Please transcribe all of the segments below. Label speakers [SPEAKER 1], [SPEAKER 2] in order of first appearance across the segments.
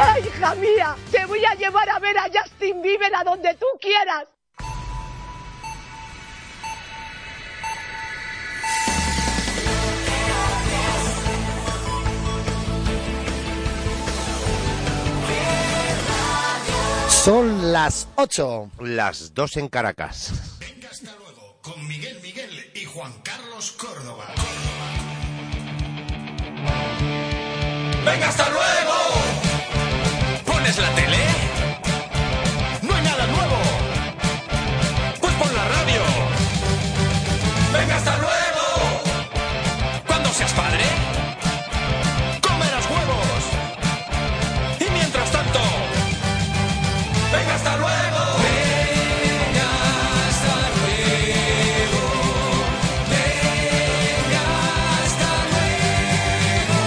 [SPEAKER 1] Amada mía, te voy a llevar a ver a Justin Bieber a donde tú quieras.
[SPEAKER 2] Son las 8.
[SPEAKER 3] Las dos en Caracas.
[SPEAKER 4] Venga, hasta luego con Miguel Miguel y Juan Carlos Córdoba. Venga, hasta luego. ¿Pones la tele? No hay nada nuevo. Pues pon la radio. Venga, hasta luego. Cuando seas padre, comerás huevos. Y mientras tanto, venga, hasta luego. Venga, hasta luego. Venga, hasta luego.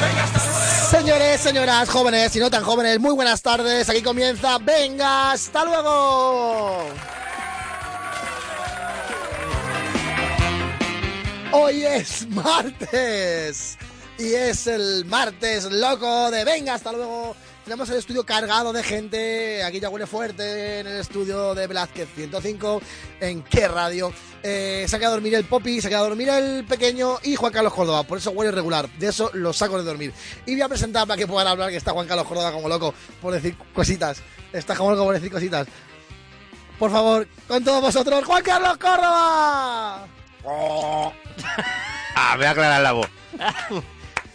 [SPEAKER 4] Venga, hasta luego.
[SPEAKER 2] Señores, señoras, jóvenes y no tan jóvenes, muy buenas tardes. Aquí comienza. Venga, hasta luego. Hoy es martes. Y es el martes loco de Venga, hasta luego. Tenemos el estudio cargado de gente. Aquí ya huele fuerte en el estudio de Velázquez 105. ¿En qué radio? Eh, se ha quedado a dormir el Poppy, se ha quedado a dormir el pequeño y Juan Carlos Córdoba. Por eso huele regular. De eso lo saco de dormir. Y voy a presentar para que puedan hablar que está Juan Carlos Córdoba como loco por decir cositas. Está como loco por decir cositas. Por favor, con todos vosotros, Juan Carlos Córdoba.
[SPEAKER 3] Ah, me voy a aclarar la voz.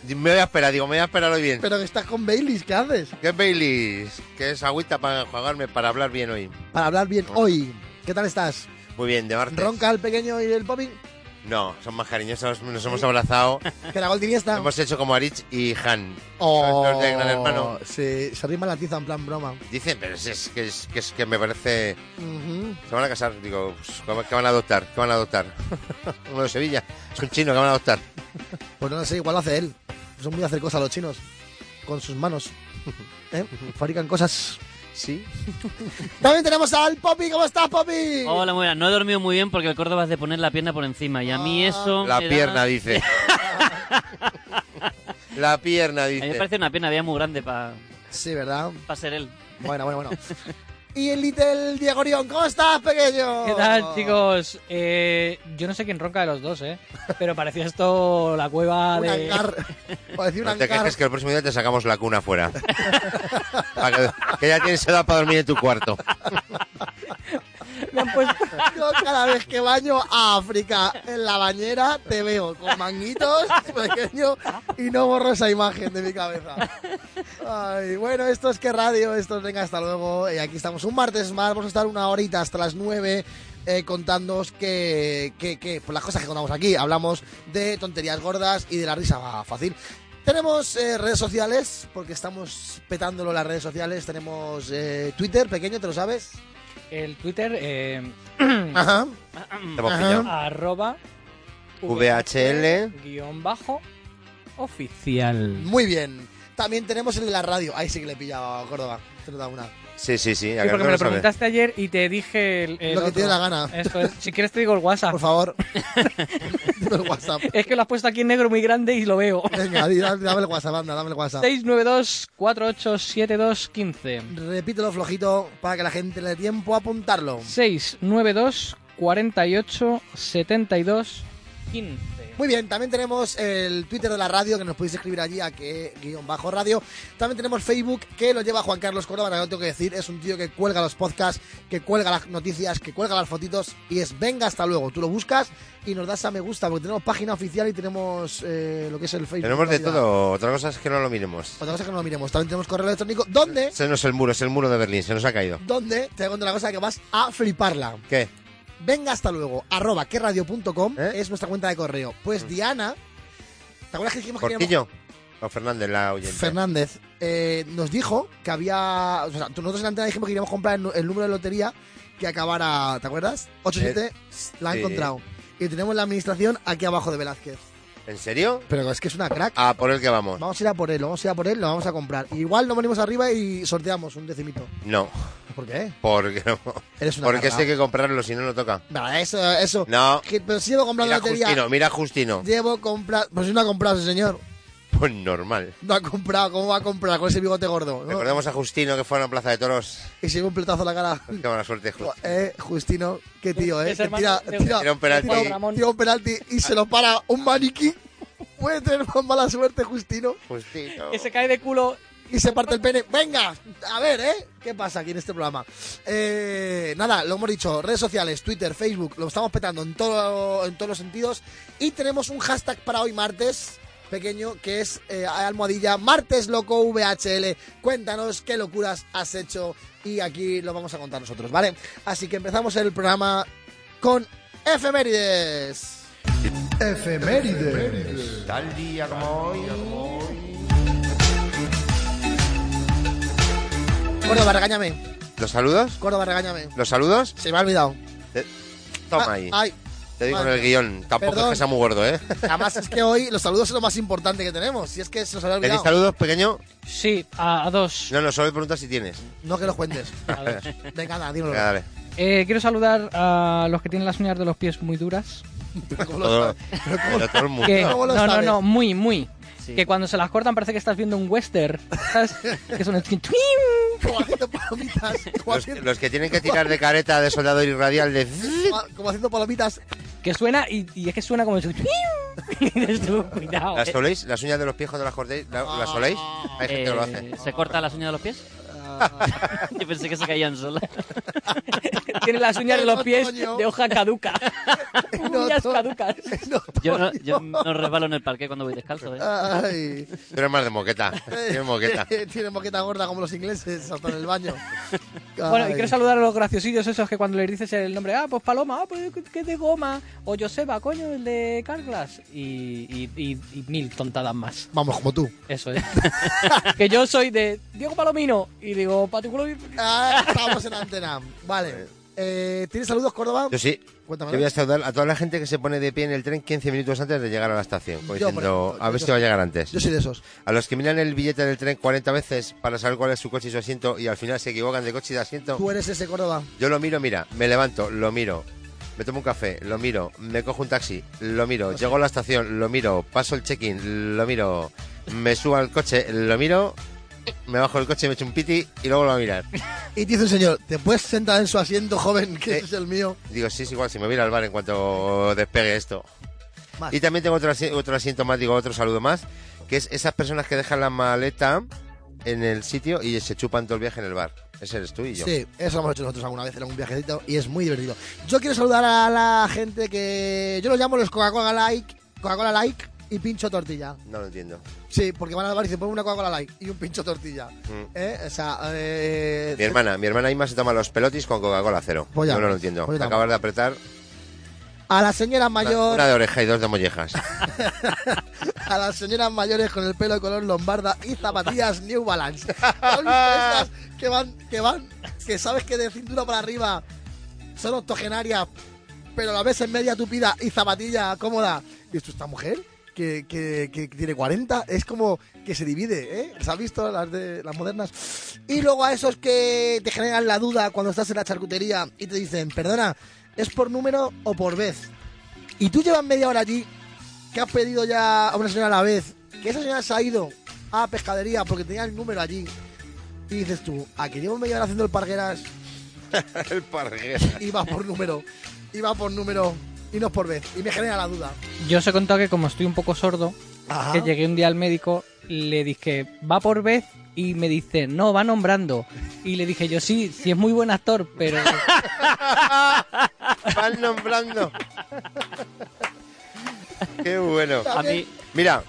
[SPEAKER 3] Me voy a esperar, digo, me voy a esperar hoy bien.
[SPEAKER 2] Pero que estás con Baileys, ¿qué haces?
[SPEAKER 3] ¿Qué es Baileys? ¿Qué es agüita para enjuagarme, para hablar bien hoy?
[SPEAKER 2] Para hablar bien hoy. ¿Qué tal estás?
[SPEAKER 3] Muy bien, de martes.
[SPEAKER 2] ¿Ronca el pequeño y el Poppy?
[SPEAKER 3] No, son más cariñosos, nos hemos abrazado.
[SPEAKER 2] ¿Que la gol Iniesta?
[SPEAKER 3] Hemos hecho como Arich y Han.
[SPEAKER 2] Oh,
[SPEAKER 3] Los de Gran Hermano.
[SPEAKER 2] Se, se arrima la tiza en plan broma.
[SPEAKER 3] Dicen, pero es, es que, es, que es que me parece...
[SPEAKER 2] Ujú.
[SPEAKER 3] Se van a casar, digo, pues, ¿cómo- ¿qué van a adoptar? ¿Qué van a adoptar? Uno de Sevilla, es un chino, ¿qué van a adoptar?
[SPEAKER 2] Pues no lo sé, igual lo hace él. Son muy de hacer cosas los chinos. Con sus manos. ¿Eh? Fabrican cosas.
[SPEAKER 3] Sí.
[SPEAKER 2] También tenemos al Poppy. ¿Cómo estás, Poppy?
[SPEAKER 5] Hola, muy buenas. No he dormido muy bien porque el Córdoba es de poner la pierna por encima y a mí
[SPEAKER 6] Ah.
[SPEAKER 5] eso.
[SPEAKER 3] La
[SPEAKER 5] me da-
[SPEAKER 3] pierna, dice. La pierna,
[SPEAKER 5] A mí me
[SPEAKER 3] dice.
[SPEAKER 5] parece una pierna bien muy grande para
[SPEAKER 2] Sí, ¿verdad?
[SPEAKER 5] ser él.
[SPEAKER 2] Bueno, bueno, bueno. y el Little Diego Orión. ¿Cómo estás, pequeño?
[SPEAKER 6] ¿Qué tal, chicos? Eh, yo no sé quién ronca de los dos, ¿eh? Pero parecía esto la cueva
[SPEAKER 2] Un
[SPEAKER 6] de...
[SPEAKER 2] hangar. Por decir un
[SPEAKER 3] No te
[SPEAKER 2] hangar.
[SPEAKER 3] quejes que el próximo día te sacamos la cuna fuera. Para que, que ya tienes edad para dormir en tu cuarto.
[SPEAKER 6] Me han puesto...
[SPEAKER 2] Yo cada vez que baño a África en la bañera te veo con manguitos pequeño y no borro esa imagen de mi cabeza. Ay, bueno, esto es que radio, esto es venga, hasta luego. Y aquí estamos un martes más, vamos a estar una horita hasta las nueve. eh, contándoos que, que, que, pues las cosas que contamos aquí. Hablamos de tonterías gordas y de la risa fácil. Tenemos eh, redes sociales, porque estamos petándolo las redes sociales. Tenemos eh, Twitter, pequeño, ¿te lo sabes?
[SPEAKER 6] El Twitter, eh,
[SPEAKER 2] Ajá.
[SPEAKER 3] Te hemos
[SPEAKER 2] Ajá.
[SPEAKER 3] pillado.
[SPEAKER 6] arroba...
[SPEAKER 3] VHL.
[SPEAKER 6] Guión bajo oficial.
[SPEAKER 2] Muy bien. También tenemos el de la radio. Ahí sí que le he pillado a Córdoba. Te lo da una.
[SPEAKER 3] Sí, sí, sí. a
[SPEAKER 6] Sí,
[SPEAKER 3] que
[SPEAKER 6] porque
[SPEAKER 3] no
[SPEAKER 6] me lo
[SPEAKER 3] sabe.
[SPEAKER 6] preguntaste ayer y te dije... El, el
[SPEAKER 2] lo que
[SPEAKER 6] otro.
[SPEAKER 2] te dé la gana.
[SPEAKER 6] Eso es. Si quieres te digo el WhatsApp.
[SPEAKER 2] Por favor. dame el WhatsApp.
[SPEAKER 6] Es que lo has puesto aquí en negro muy grande y lo veo.
[SPEAKER 2] Venga, di- dame, dame el WhatsApp, anda, dame el WhatsApp.
[SPEAKER 6] 692-487215.
[SPEAKER 2] Repítelo flojito para que la gente le dé tiempo a apuntarlo.
[SPEAKER 6] 692 48 72 15.
[SPEAKER 2] Muy bien, también tenemos el Twitter de la radio, que nos podéis escribir allí a que guión bajo radio. También tenemos Facebook, que lo lleva Juan Carlos Córdoba, no lo tengo que decir, es un tío que cuelga los podcasts, que cuelga las noticias, que cuelga las fotitos, y es venga hasta luego. Tú lo buscas y nos das a me gusta, porque tenemos página oficial y tenemos eh, lo que es el Facebook.
[SPEAKER 3] Tenemos de
[SPEAKER 2] Navidad.
[SPEAKER 3] todo. Otra cosa es que no lo miremos.
[SPEAKER 2] Otra cosa es que no lo miremos. También tenemos correo electrónico, donde,
[SPEAKER 3] Ese no es el muro, es el muro de Berlín. Se nos ha caído.
[SPEAKER 2] donde te voy a contar una cosa que vas a fliparla.
[SPEAKER 3] ¿Qué?
[SPEAKER 2] Venga, hasta luego. Arroba queradio.com
[SPEAKER 3] ¿Eh? Mm.
[SPEAKER 2] es nuestra cuenta de correo. Pues Diana, ¿te acuerdas que dijimos que queríamos-
[SPEAKER 3] ¿Cortillo? O Fernández, la oyente.
[SPEAKER 2] Fernández eh, nos dijo que había. O sea, tú- nosotros en antena dijimos que queríamos comprar el, nu- el número de lotería que acabara. ¿Te acuerdas? 87 la ha
[SPEAKER 3] Eh, sí.
[SPEAKER 2] encontrado. Y tenemos la administración aquí abajo de Velázquez.
[SPEAKER 3] ¿En serio?
[SPEAKER 2] Pero es que es una crack.
[SPEAKER 3] Ah, por el que vamos.
[SPEAKER 2] Vamos a ir a por él, vamos a ir a por él, lo vamos a comprar. Igual nos venimos arriba y sorteamos un decimito.
[SPEAKER 3] No.
[SPEAKER 2] ¿Por qué?
[SPEAKER 3] Porque,
[SPEAKER 2] Eres una
[SPEAKER 3] porque
[SPEAKER 2] cabra.
[SPEAKER 3] sí hay que comprarlo, si no, no toca.
[SPEAKER 2] Vale, eso, eso.
[SPEAKER 3] No.
[SPEAKER 2] Que- pero si llevo comprando
[SPEAKER 3] Mira
[SPEAKER 2] lotería.
[SPEAKER 3] Justino, mira Justino.
[SPEAKER 2] Llevo comprando. Pues si no ha comprado ese señor.
[SPEAKER 3] Pues normal.
[SPEAKER 2] No ha comprado, ¿cómo va a comprar con ese bigote gordo? ¿no?
[SPEAKER 3] Recordemos a Justino que fue a una plaza de toros. Pues
[SPEAKER 2] Y se lleva un pelotazo a la cara.
[SPEAKER 3] Qué mala suerte, Justino.
[SPEAKER 2] Eh, Justino, qué tío, eh.
[SPEAKER 6] Es
[SPEAKER 2] Que
[SPEAKER 6] hermano
[SPEAKER 2] tira,
[SPEAKER 6] de-
[SPEAKER 2] tira-
[SPEAKER 3] Tira un penalti.
[SPEAKER 2] tira un- tira un penalti y se lo para un maniquí. Puede tener más mala suerte, Justino.
[SPEAKER 3] Justino.
[SPEAKER 6] Que se cae de culo.
[SPEAKER 2] Y se parte el pene. Venga, a ver, ¿eh? ¿Qué pasa aquí en este programa? Eh, nada, lo hemos dicho, redes sociales, Twitter, Facebook, lo estamos petando en, todo, en todos los sentidos. Y tenemos un hashtag para hoy martes, pequeño, que es eh, almohadilla martes loco VHL. Cuéntanos qué locuras has hecho y aquí lo vamos a contar nosotros, ¿vale? Así que empezamos el programa con efemérides.
[SPEAKER 3] Tal día como hoy.
[SPEAKER 2] Córdoba, regáñame.
[SPEAKER 3] ¿Los saludos?
[SPEAKER 2] Córdoba, regáñame.
[SPEAKER 3] ¿Los saludos?
[SPEAKER 2] Se me ha olvidado.
[SPEAKER 3] Toma
[SPEAKER 2] Ah,
[SPEAKER 3] ahí.
[SPEAKER 2] Ay,
[SPEAKER 3] Te digo en
[SPEAKER 2] madre.
[SPEAKER 3] el guión. Tampoco es
[SPEAKER 2] Perdón.
[SPEAKER 3] que sea muy gordo, ¿eh?
[SPEAKER 2] Además es que hoy los saludos es lo más importante que tenemos. Y es que se nos había
[SPEAKER 3] ¿Tenéis
[SPEAKER 2] olvidado.
[SPEAKER 3] saludos, pequeño?
[SPEAKER 6] Sí, a, a dos.
[SPEAKER 3] No, no, solo preguntas si tienes.
[SPEAKER 2] No que los cuentes.
[SPEAKER 6] A dos.
[SPEAKER 2] Venga, nada, dímelo.
[SPEAKER 3] Venga, dale.
[SPEAKER 6] Eh, quiero saludar a los que tienen las uñas de los pies muy duras.
[SPEAKER 2] ¿Cómo lo
[SPEAKER 3] Todo,
[SPEAKER 2] sabes?
[SPEAKER 3] pero todo el mundo.
[SPEAKER 6] Que,
[SPEAKER 2] ¿Cómo
[SPEAKER 6] no,
[SPEAKER 2] lo
[SPEAKER 6] no,
[SPEAKER 2] sabes?
[SPEAKER 6] no, muy, muy.
[SPEAKER 5] Sí.
[SPEAKER 6] Que cuando se las cortan parece que estás viendo un western. ¿Sabes? que son el twin- twin.
[SPEAKER 2] Como haciendo palomitas. Como
[SPEAKER 3] Los,
[SPEAKER 2] haciendo,
[SPEAKER 3] los que tienen que tirar de careta de soldado irradial de...
[SPEAKER 2] como haciendo palomitas.
[SPEAKER 6] Que suena y, y es que suena como el twin. Y dices tú, cuidado. eh".
[SPEAKER 3] ¿Las soléis? ¿Las uñas de los pies cuando las cortéis? ¿La- ¿Las soléis? Hay gente
[SPEAKER 5] Eh,
[SPEAKER 3] que lo hace.
[SPEAKER 5] ¿Se corta las uñas de los pies? Yo pensé que se caían solas.
[SPEAKER 6] Tiene las uñas de los
[SPEAKER 2] No,
[SPEAKER 6] pies
[SPEAKER 2] Toño.
[SPEAKER 6] de hoja caduca.
[SPEAKER 2] No,
[SPEAKER 6] uñas
[SPEAKER 2] Toño.
[SPEAKER 6] caducas.
[SPEAKER 2] No,
[SPEAKER 5] Yo no,
[SPEAKER 2] Toño.
[SPEAKER 5] yo no resbalo en el parque cuando voy descalzo. ¿eh?
[SPEAKER 2] Ay.
[SPEAKER 3] Tú eres más de moqueta. Tienes moqueta.
[SPEAKER 2] Tiene moqueta gorda como los ingleses, hasta en el baño.
[SPEAKER 6] Bueno, y
[SPEAKER 2] Ay.
[SPEAKER 6] quiero saludar a los graciosillos esos que cuando les dices el nombre, ah, pues Paloma, ah, pues que de goma, o Joseba, coño, el de Carglass, y, y- y- y mil tontadas más.
[SPEAKER 2] Vamos, como tú.
[SPEAKER 6] Eso es. que yo soy de Diego Palomino, y digo, Paticulo,
[SPEAKER 2] Ah, estamos en antena. Vale. Eh, ¿Tienes saludos, Córdoba?
[SPEAKER 3] Yo sí.
[SPEAKER 2] Cuéntame.
[SPEAKER 3] Yo voy a saludar a toda la gente que se pone de pie en el tren 15 minutos antes de llegar a la estación. como
[SPEAKER 2] Yo, por
[SPEAKER 3] diciendo,
[SPEAKER 2] ejemplo,
[SPEAKER 3] a
[SPEAKER 2] yo
[SPEAKER 3] ver
[SPEAKER 2] soy-
[SPEAKER 3] si va a llegar antes.
[SPEAKER 2] Yo soy de esos.
[SPEAKER 3] A los que miran el billete del tren 40 veces para saber cuál es su coche y su asiento y al final se equivocan de coche y de asiento.
[SPEAKER 2] Tú eres ese Córdoba.
[SPEAKER 3] Yo lo miro, mira, me levanto, lo miro, me tomo un café, lo miro, me cojo un taxi, lo miro,
[SPEAKER 2] Pues
[SPEAKER 3] llego a la estación, lo miro, paso el check-in, lo miro, me subo al coche, lo miro, me bajo del coche, me echo un piti y luego lo voy a mirar.
[SPEAKER 2] Y te dice un señor, ¿te puedes sentar en su asiento, joven? Que
[SPEAKER 3] Eh.
[SPEAKER 2] ese es el mío.
[SPEAKER 3] Digo, sí, es igual, si me voy a ir al bar en cuanto despegue esto.
[SPEAKER 2] Más.
[SPEAKER 3] Y también tengo otro, asi- otro asiento más, digo, otro saludo más, que es esas personas que dejan la maleta en el sitio y se chupan todo el viaje en el bar. Ese eres tú y yo.
[SPEAKER 2] Sí, eso lo hemos hecho nosotros alguna vez en algún viajecito y es muy divertido. Yo quiero saludar a la gente que yo los llamo los Coca-Cola like, Coca-Cola like y pincho tortilla.
[SPEAKER 3] No lo entiendo.
[SPEAKER 2] Sí, porque van al bar y dicen, ponme una Coca-Cola like y un pincho tortilla. ¿Eh? O sea, eh,
[SPEAKER 3] Mm. Mi hermana, mi hermana Ima se toma los pelotis con Coca-Cola cero.
[SPEAKER 2] Pues ya
[SPEAKER 3] yo no lo
[SPEAKER 2] ves,
[SPEAKER 3] entiendo.
[SPEAKER 2] pues yo
[SPEAKER 3] Acabas de apretar
[SPEAKER 2] a las señoras
[SPEAKER 3] una-
[SPEAKER 2] mayores,
[SPEAKER 3] una de oreja y dos de mollejas.
[SPEAKER 2] a las señoras mayores con el pelo de color lombarda y zapatillas New Balance. Son esas que van, que van, que sabes que de cintura para arriba son octogenarias, pero la ves en media tupida y zapatilla cómoda. ¿Y esto esta mujer? Que, que- que tiene 40, es como que se divide, ¿eh? ¿Se ha visto las de las modernas? Y luego a esos que te generan la duda cuando estás en la charcutería y te dicen, perdona, ¿es por número o por vez? Y tú llevas media hora allí, que has pedido ya a una señora a la vez, que esa señora se ha ido a pescadería porque tenía el número allí. Y dices tú, aquí llevo media hora haciendo el pargueras
[SPEAKER 3] el parguero.
[SPEAKER 2] y va por número, y va por número, y no es por vez. Y me genera la duda.
[SPEAKER 6] Yo os he contado que como estoy un poco sordo,
[SPEAKER 2] Ajá.
[SPEAKER 6] que llegué un día al médico, le dije, va por vez, y me dice, no, va nombrando. Y le dije, yo sí, sí es muy buen actor, pero...
[SPEAKER 3] Van nombrando. Qué bueno.
[SPEAKER 5] A mí,
[SPEAKER 3] Mira,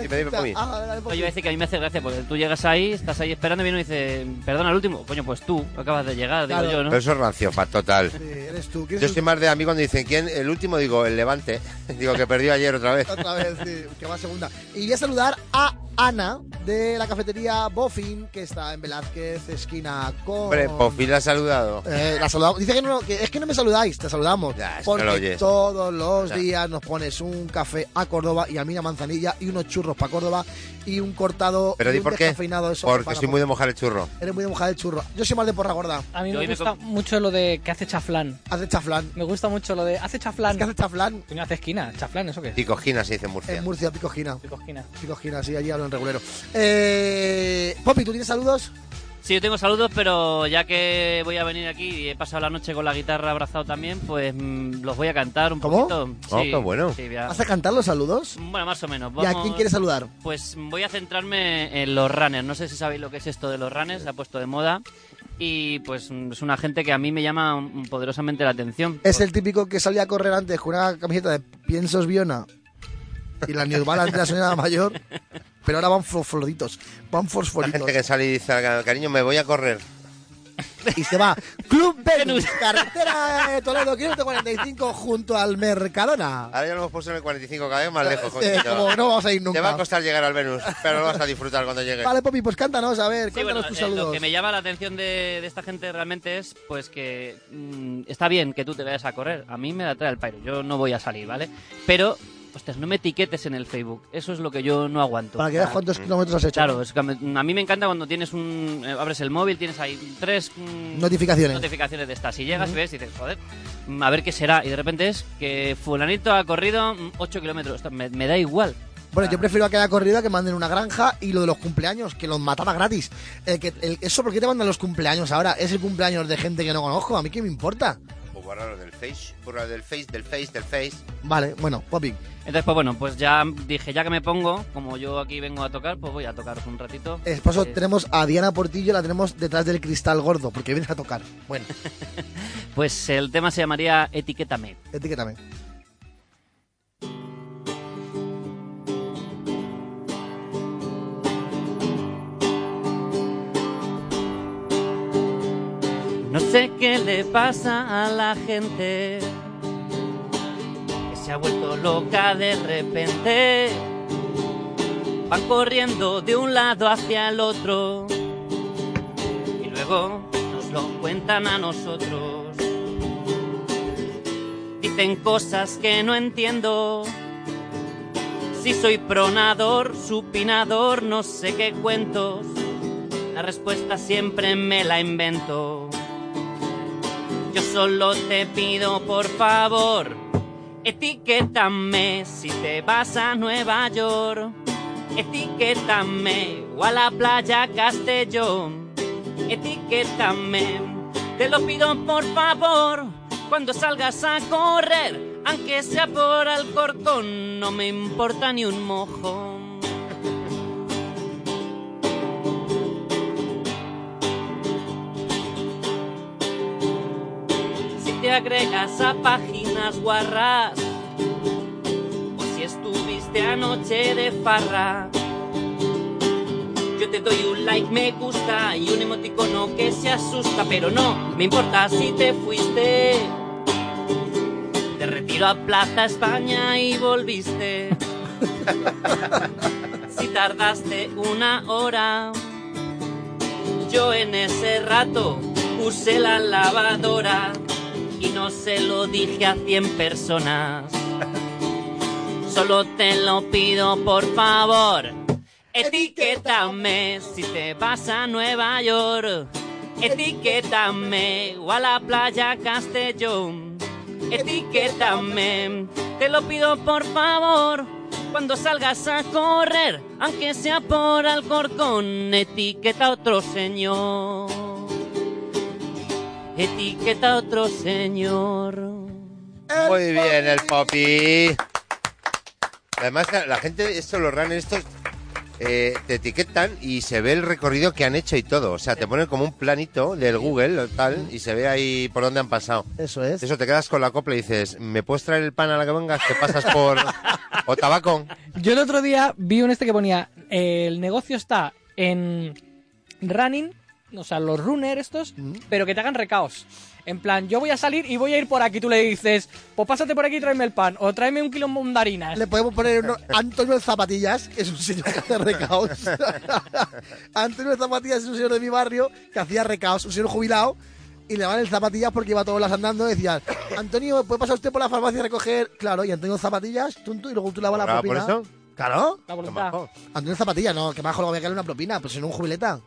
[SPEAKER 3] dime, dime por mí.
[SPEAKER 2] Ah, dale, dale, por
[SPEAKER 5] Oye,
[SPEAKER 2] mí.
[SPEAKER 5] iba a decir que a mí me hace gracia porque tú llegas ahí, estás ahí esperando y viene y dice, perdona, el último. Coño, pues tú acabas de llegar, digo
[SPEAKER 2] Claro.
[SPEAKER 5] yo,
[SPEAKER 3] Pero
[SPEAKER 5] ¿no?
[SPEAKER 3] eso es rancio, fa, total.
[SPEAKER 2] Sí, eres tú. ¿Quieres
[SPEAKER 3] Yo estoy más de a mí cuando dicen quién, el último digo el Levante, digo que perdió ayer otra vez.
[SPEAKER 2] Otra vez, sí, que va segunda. Y voy a saludar a Ana, de la cafetería Bofin, que está en Velázquez, esquina con.
[SPEAKER 3] Hombre, Pofi la ha saludado.
[SPEAKER 2] Eh, la saludamos. Dice que, no, que es que no me saludáis, te saludamos.
[SPEAKER 3] Ya, es que
[SPEAKER 2] porque
[SPEAKER 3] no lo oyes.
[SPEAKER 2] todos los
[SPEAKER 3] Ya.
[SPEAKER 2] días nos pones un café a Córdoba y a mí una manzanilla y unos churros para Córdoba y un cortado
[SPEAKER 3] Pero
[SPEAKER 2] y
[SPEAKER 3] di
[SPEAKER 2] un
[SPEAKER 3] por qué.
[SPEAKER 2] descafeinado eso
[SPEAKER 3] Porque
[SPEAKER 2] para
[SPEAKER 3] estoy muy de mojar el churro.
[SPEAKER 2] Eres muy de mojar el churro. Yo soy más de porra gorda.
[SPEAKER 6] A mí
[SPEAKER 7] Yo
[SPEAKER 6] me
[SPEAKER 7] hoy me
[SPEAKER 6] gusta
[SPEAKER 7] com-
[SPEAKER 6] mucho lo de que hace chaflán.
[SPEAKER 2] Hace chaflán.
[SPEAKER 6] Me gusta mucho lo de hace
[SPEAKER 2] Es
[SPEAKER 6] chaflán.
[SPEAKER 2] que hace chaflán
[SPEAKER 6] Coño, hace esquina. ¿Chaflán eso qué es?
[SPEAKER 3] Picogina se dice en Murcia.
[SPEAKER 2] en Murcia, picojina.
[SPEAKER 6] Pico esquina.
[SPEAKER 2] Picojina, sí, allí hablo en regulero. Eh, Poppy, ¿tú tienes saludos?
[SPEAKER 7] Sí, yo tengo saludos, pero ya que voy a venir aquí y he pasado la noche con la guitarra abrazado también, pues mm, los voy a cantar un
[SPEAKER 2] ¿Cómo?
[SPEAKER 7] poquito.
[SPEAKER 3] Oh, qué bueno.
[SPEAKER 7] sí, voy a-
[SPEAKER 2] ¿Vas a cantar los saludos?
[SPEAKER 7] Bueno, más o menos.
[SPEAKER 2] ¿Y a
[SPEAKER 7] Vamos-
[SPEAKER 2] quién quieres saludar?
[SPEAKER 7] Pues voy a centrarme en los runners. No sé si sabéis lo que es esto de los runners, se ha puesto de moda. Y pues mm, es una gente que a mí me llama mm, poderosamente la atención.
[SPEAKER 2] Es el típico que salía a correr antes con una camiseta de piensos Viona y la New Balance de la señora mayor, pero ahora van fosforitos, van
[SPEAKER 3] La
[SPEAKER 2] fosforitos.
[SPEAKER 3] gente que sale y dice, cariño, me voy a correr.
[SPEAKER 2] Y se va Club Venus, carretera de Toledo 545 junto al Mercadona.
[SPEAKER 3] Ahora ya lo hemos puesto en el 45, cada vez más lejos.
[SPEAKER 2] Eh,
[SPEAKER 3] Ah, coño.
[SPEAKER 2] como no vamos a ir
[SPEAKER 3] Te va a
[SPEAKER 2] nunca.
[SPEAKER 3] costar llegar al Venus, pero lo vas a disfrutar cuando llegues.
[SPEAKER 2] Vale, Poppy, pues cántanos, a ver,
[SPEAKER 7] Sí, bueno,
[SPEAKER 2] cántanos tus
[SPEAKER 7] eh, lo
[SPEAKER 2] saludos.
[SPEAKER 7] que me llama la atención de, de esta gente realmente es pues que mm, está bien que tú te vayas a correr. A mí me la trae el pairo, yo no voy a salir, ¿vale? Pero, ostras, no me etiquetes en el Facebook. Eso es lo que yo no aguanto.
[SPEAKER 2] Para que
[SPEAKER 7] O
[SPEAKER 2] veas
[SPEAKER 7] sea,
[SPEAKER 2] cuántos
[SPEAKER 3] Mm.
[SPEAKER 2] kilómetros has hecho.
[SPEAKER 7] Ah. Claro, es que a mí- a mí me encanta cuando tienes un. eh, abres el móvil, tienes ahí tres. mm,
[SPEAKER 2] Notificaciones.
[SPEAKER 7] Notificaciones de estas. Y llegas y ves y dices, joder, mm, a ver qué será. Y de repente es que Fulanito ha corrido 8 kilómetros. Ostras, Me, me da igual.
[SPEAKER 2] Bueno, yo prefiero a que haya corrido a que manden una granja y lo de los cumpleaños, que los mataba gratis. El que, el- ¿Eso por qué te mandan los cumpleaños ahora? Es el cumpleaños de gente que no conozco, a mí qué me importa.
[SPEAKER 3] O borrarlo del Face, borrarlo del Face, del Face, del Face.
[SPEAKER 2] Vale, bueno, Poppy.
[SPEAKER 7] Entonces, pues bueno, pues ya dije, ya que me pongo, como yo aquí vengo a tocar, pues voy a tocaros un ratito.
[SPEAKER 2] Eh, Por eso
[SPEAKER 7] Eh,
[SPEAKER 2] tenemos a Diana Portillo, la tenemos detrás del cristal gordo, porque vienes a tocar. Bueno,
[SPEAKER 7] Pues el tema se llamaría Etiquétame.
[SPEAKER 2] etiquétame.
[SPEAKER 7] No sé qué le pasa a la gente que se ha vuelto loca de repente. Van corriendo de un lado hacia el otro y luego nos lo cuentan a nosotros. Dicen cosas que no entiendo. Si soy pronador, supinador, no sé qué cuentos. La respuesta siempre me la invento. Yo solo te pido por favor, etiquétame si te vas a Nueva York. Etiquétame o a la playa Castellón. Etiquétame, te lo pido por favor. Cuando salgas a correr, aunque sea por Alcorcón, no me importa ni un mojón. si te agregas a páginas guarras o si estuviste anoche de farra. Yo te doy un like, me gusta y un emoticono que se asusta, pero no me importa si te fuiste. Te retiro a Plaza España y volviste. si tardaste una hora. Yo en ese rato usé la lavadora y no se lo dije a 100 personas. Solo te lo pido por favor. Etiquétame si te vas a Nueva York. Etiquétame o a la playa Castellón. Etiquétame, te lo pido por favor. Cuando salgas a correr, aunque sea por Alcorcón, etiqueta a otro señor. Etiqueta a otro señor.
[SPEAKER 3] Muy bien, el Poppy. Además, la, la gente, estos, los runners, estos, eh, te etiquetan y se ve el recorrido que han hecho y todo. O sea, te ponen como un planito del Google o tal y se ve ahí por dónde han pasado.
[SPEAKER 2] Eso es.
[SPEAKER 3] Eso te quedas con la copla y dices, ¿me puedes traer el pan a la que vengas? Te pasas por... o tabaco.
[SPEAKER 6] Yo el otro día vi un este que ponía, eh, el negocio está en running, o sea, los runner estos, pero que te hagan recaos. En plan, yo voy a salir y voy a ir por aquí. Tú le dices, pues pásate por aquí y tráeme el pan. O tráeme un kilo de mandarinas.
[SPEAKER 2] Le podemos poner uno- Antonio de Zapatillas, que es un señor que hace recaos. Antonio de Zapatillas es un señor de mi barrio que hacía recaos, un señor jubilado, y le daban el zapatillas porque iba todos las andando y decían, Antonio, ¿puede pasar usted por la farmacia a recoger? Claro, y Antonio zapatillas, tun, tun, y luego tú lavas la
[SPEAKER 3] ¿Cobraba por
[SPEAKER 2] propina.
[SPEAKER 3] eso?
[SPEAKER 2] Claro,
[SPEAKER 6] La
[SPEAKER 3] Qué
[SPEAKER 6] voluntad.
[SPEAKER 2] Oh.
[SPEAKER 3] majo.
[SPEAKER 2] Antonio de Zapatillas, no, que bajo le voy a caer una propina, pues si no un jubileta.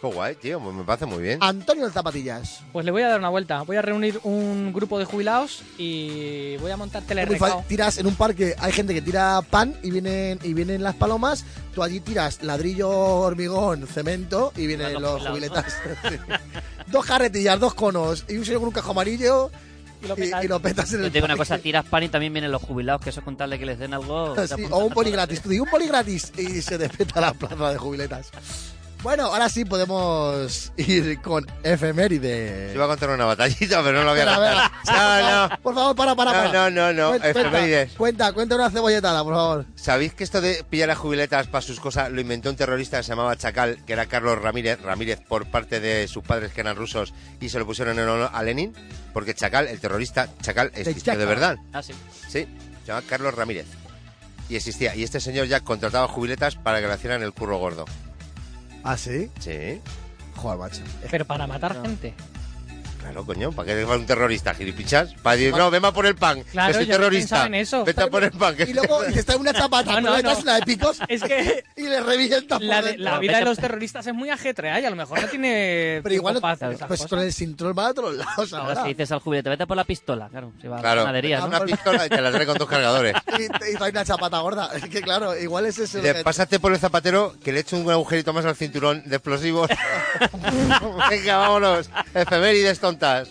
[SPEAKER 3] Qué guay, tío. Me parece muy bien.
[SPEAKER 2] Antonio de Zapatillas.
[SPEAKER 6] Pues le voy a dar una vuelta. Voy a reunir un grupo de jubilados y voy a montar
[SPEAKER 2] Es muy
[SPEAKER 6] telerrecao.
[SPEAKER 2] fácil. Tiras en un parque, hay gente que tira pan y vienen, y vienen las palomas. Tú allí tiras ladrillo, hormigón, cemento y vienen
[SPEAKER 5] Van
[SPEAKER 2] los
[SPEAKER 5] los
[SPEAKER 2] jubiletas. Sí. dos carretillas, dos conos y un señor con un cajo amarillo
[SPEAKER 6] Y lo
[SPEAKER 2] y,
[SPEAKER 6] petas.
[SPEAKER 2] y lo petas en
[SPEAKER 7] Yo
[SPEAKER 2] el
[SPEAKER 7] te digo una
[SPEAKER 2] parque.
[SPEAKER 7] cosa, tiras pan y también vienen los jubilados, que eso es contarle que les den algo. te
[SPEAKER 2] Sí,
[SPEAKER 7] apuntan
[SPEAKER 2] o
[SPEAKER 7] a
[SPEAKER 2] un poli
[SPEAKER 7] todas.
[SPEAKER 2] gratis. Tú di un poli gratis y se te peta la plaza de jubiletas. Bueno, ahora sí podemos ir con efeméride.
[SPEAKER 3] Te iba a contar una batallita, pero no lo voy a
[SPEAKER 2] Espera, a ver,
[SPEAKER 3] contar. No, no.
[SPEAKER 2] Por favor, para, para,
[SPEAKER 3] No,
[SPEAKER 2] para.
[SPEAKER 3] no, no, no,
[SPEAKER 2] Cuen-
[SPEAKER 3] efemérides.
[SPEAKER 2] Cuenta, cuenta, cuenta una cebolletada, por favor.
[SPEAKER 3] ¿Sabéis que esto de pillar a jubiletas para sus cosas lo inventó un terrorista que se llamaba Chacal, que era Carlos Ramírez, Ramírez por parte de sus padres que eran rusos y se lo pusieron en honor a Lenin? Porque Chacal, el terrorista, Chacal existió de
[SPEAKER 2] Chacal.
[SPEAKER 3] verdad.
[SPEAKER 7] Ah, sí.
[SPEAKER 3] Sí, se llama Carlos Ramírez. Y existía. Y este señor ya contrataba jubiletas para que le hicieran el curro gordo.
[SPEAKER 2] ¿Ah, sí?
[SPEAKER 3] Sí,
[SPEAKER 2] Joder, macho.
[SPEAKER 6] Pero para matar
[SPEAKER 2] Ah.
[SPEAKER 6] gente.
[SPEAKER 3] claro, coño. ¿Para qué va un terrorista, gilipinchas? Para decir, no, ven a por el pan,
[SPEAKER 6] Claro,
[SPEAKER 3] que soy
[SPEAKER 6] yo no
[SPEAKER 3] terrorista.
[SPEAKER 6] pensaba en eso.
[SPEAKER 3] Vete a por el pan. Que
[SPEAKER 2] Y luego dices, está una chapata,
[SPEAKER 6] Ah,
[SPEAKER 2] pero
[SPEAKER 6] No, no,
[SPEAKER 2] le das
[SPEAKER 6] no.
[SPEAKER 2] una de picos
[SPEAKER 6] Es que
[SPEAKER 2] y le revienta por
[SPEAKER 6] la, de-
[SPEAKER 2] dentro.
[SPEAKER 6] la
[SPEAKER 7] No,
[SPEAKER 6] vida de
[SPEAKER 7] vete-
[SPEAKER 6] los terroristas es muy ajetreada y a lo mejor no tiene
[SPEAKER 2] Pero igual,
[SPEAKER 6] tiempo para hacer
[SPEAKER 2] no-
[SPEAKER 6] esas
[SPEAKER 2] pues
[SPEAKER 6] cosas.
[SPEAKER 2] con el cinturón va a otros lados
[SPEAKER 7] Ahora
[SPEAKER 2] ahora.
[SPEAKER 7] si dices al jubilete, vete por la pistola, claro, se va a
[SPEAKER 3] Claro,
[SPEAKER 7] la panadería,
[SPEAKER 3] es
[SPEAKER 7] ¿no?
[SPEAKER 3] una pistola y te la trae con dos cargadores.
[SPEAKER 2] Y te- y trae una chapata gorda. Es que claro, igual ese es el...
[SPEAKER 3] Le
[SPEAKER 2] objeto.
[SPEAKER 3] pásate por el zapatero que le echo un agujerito más al cinturón de explosivos. Venga, vámonos. Efemérides tontas.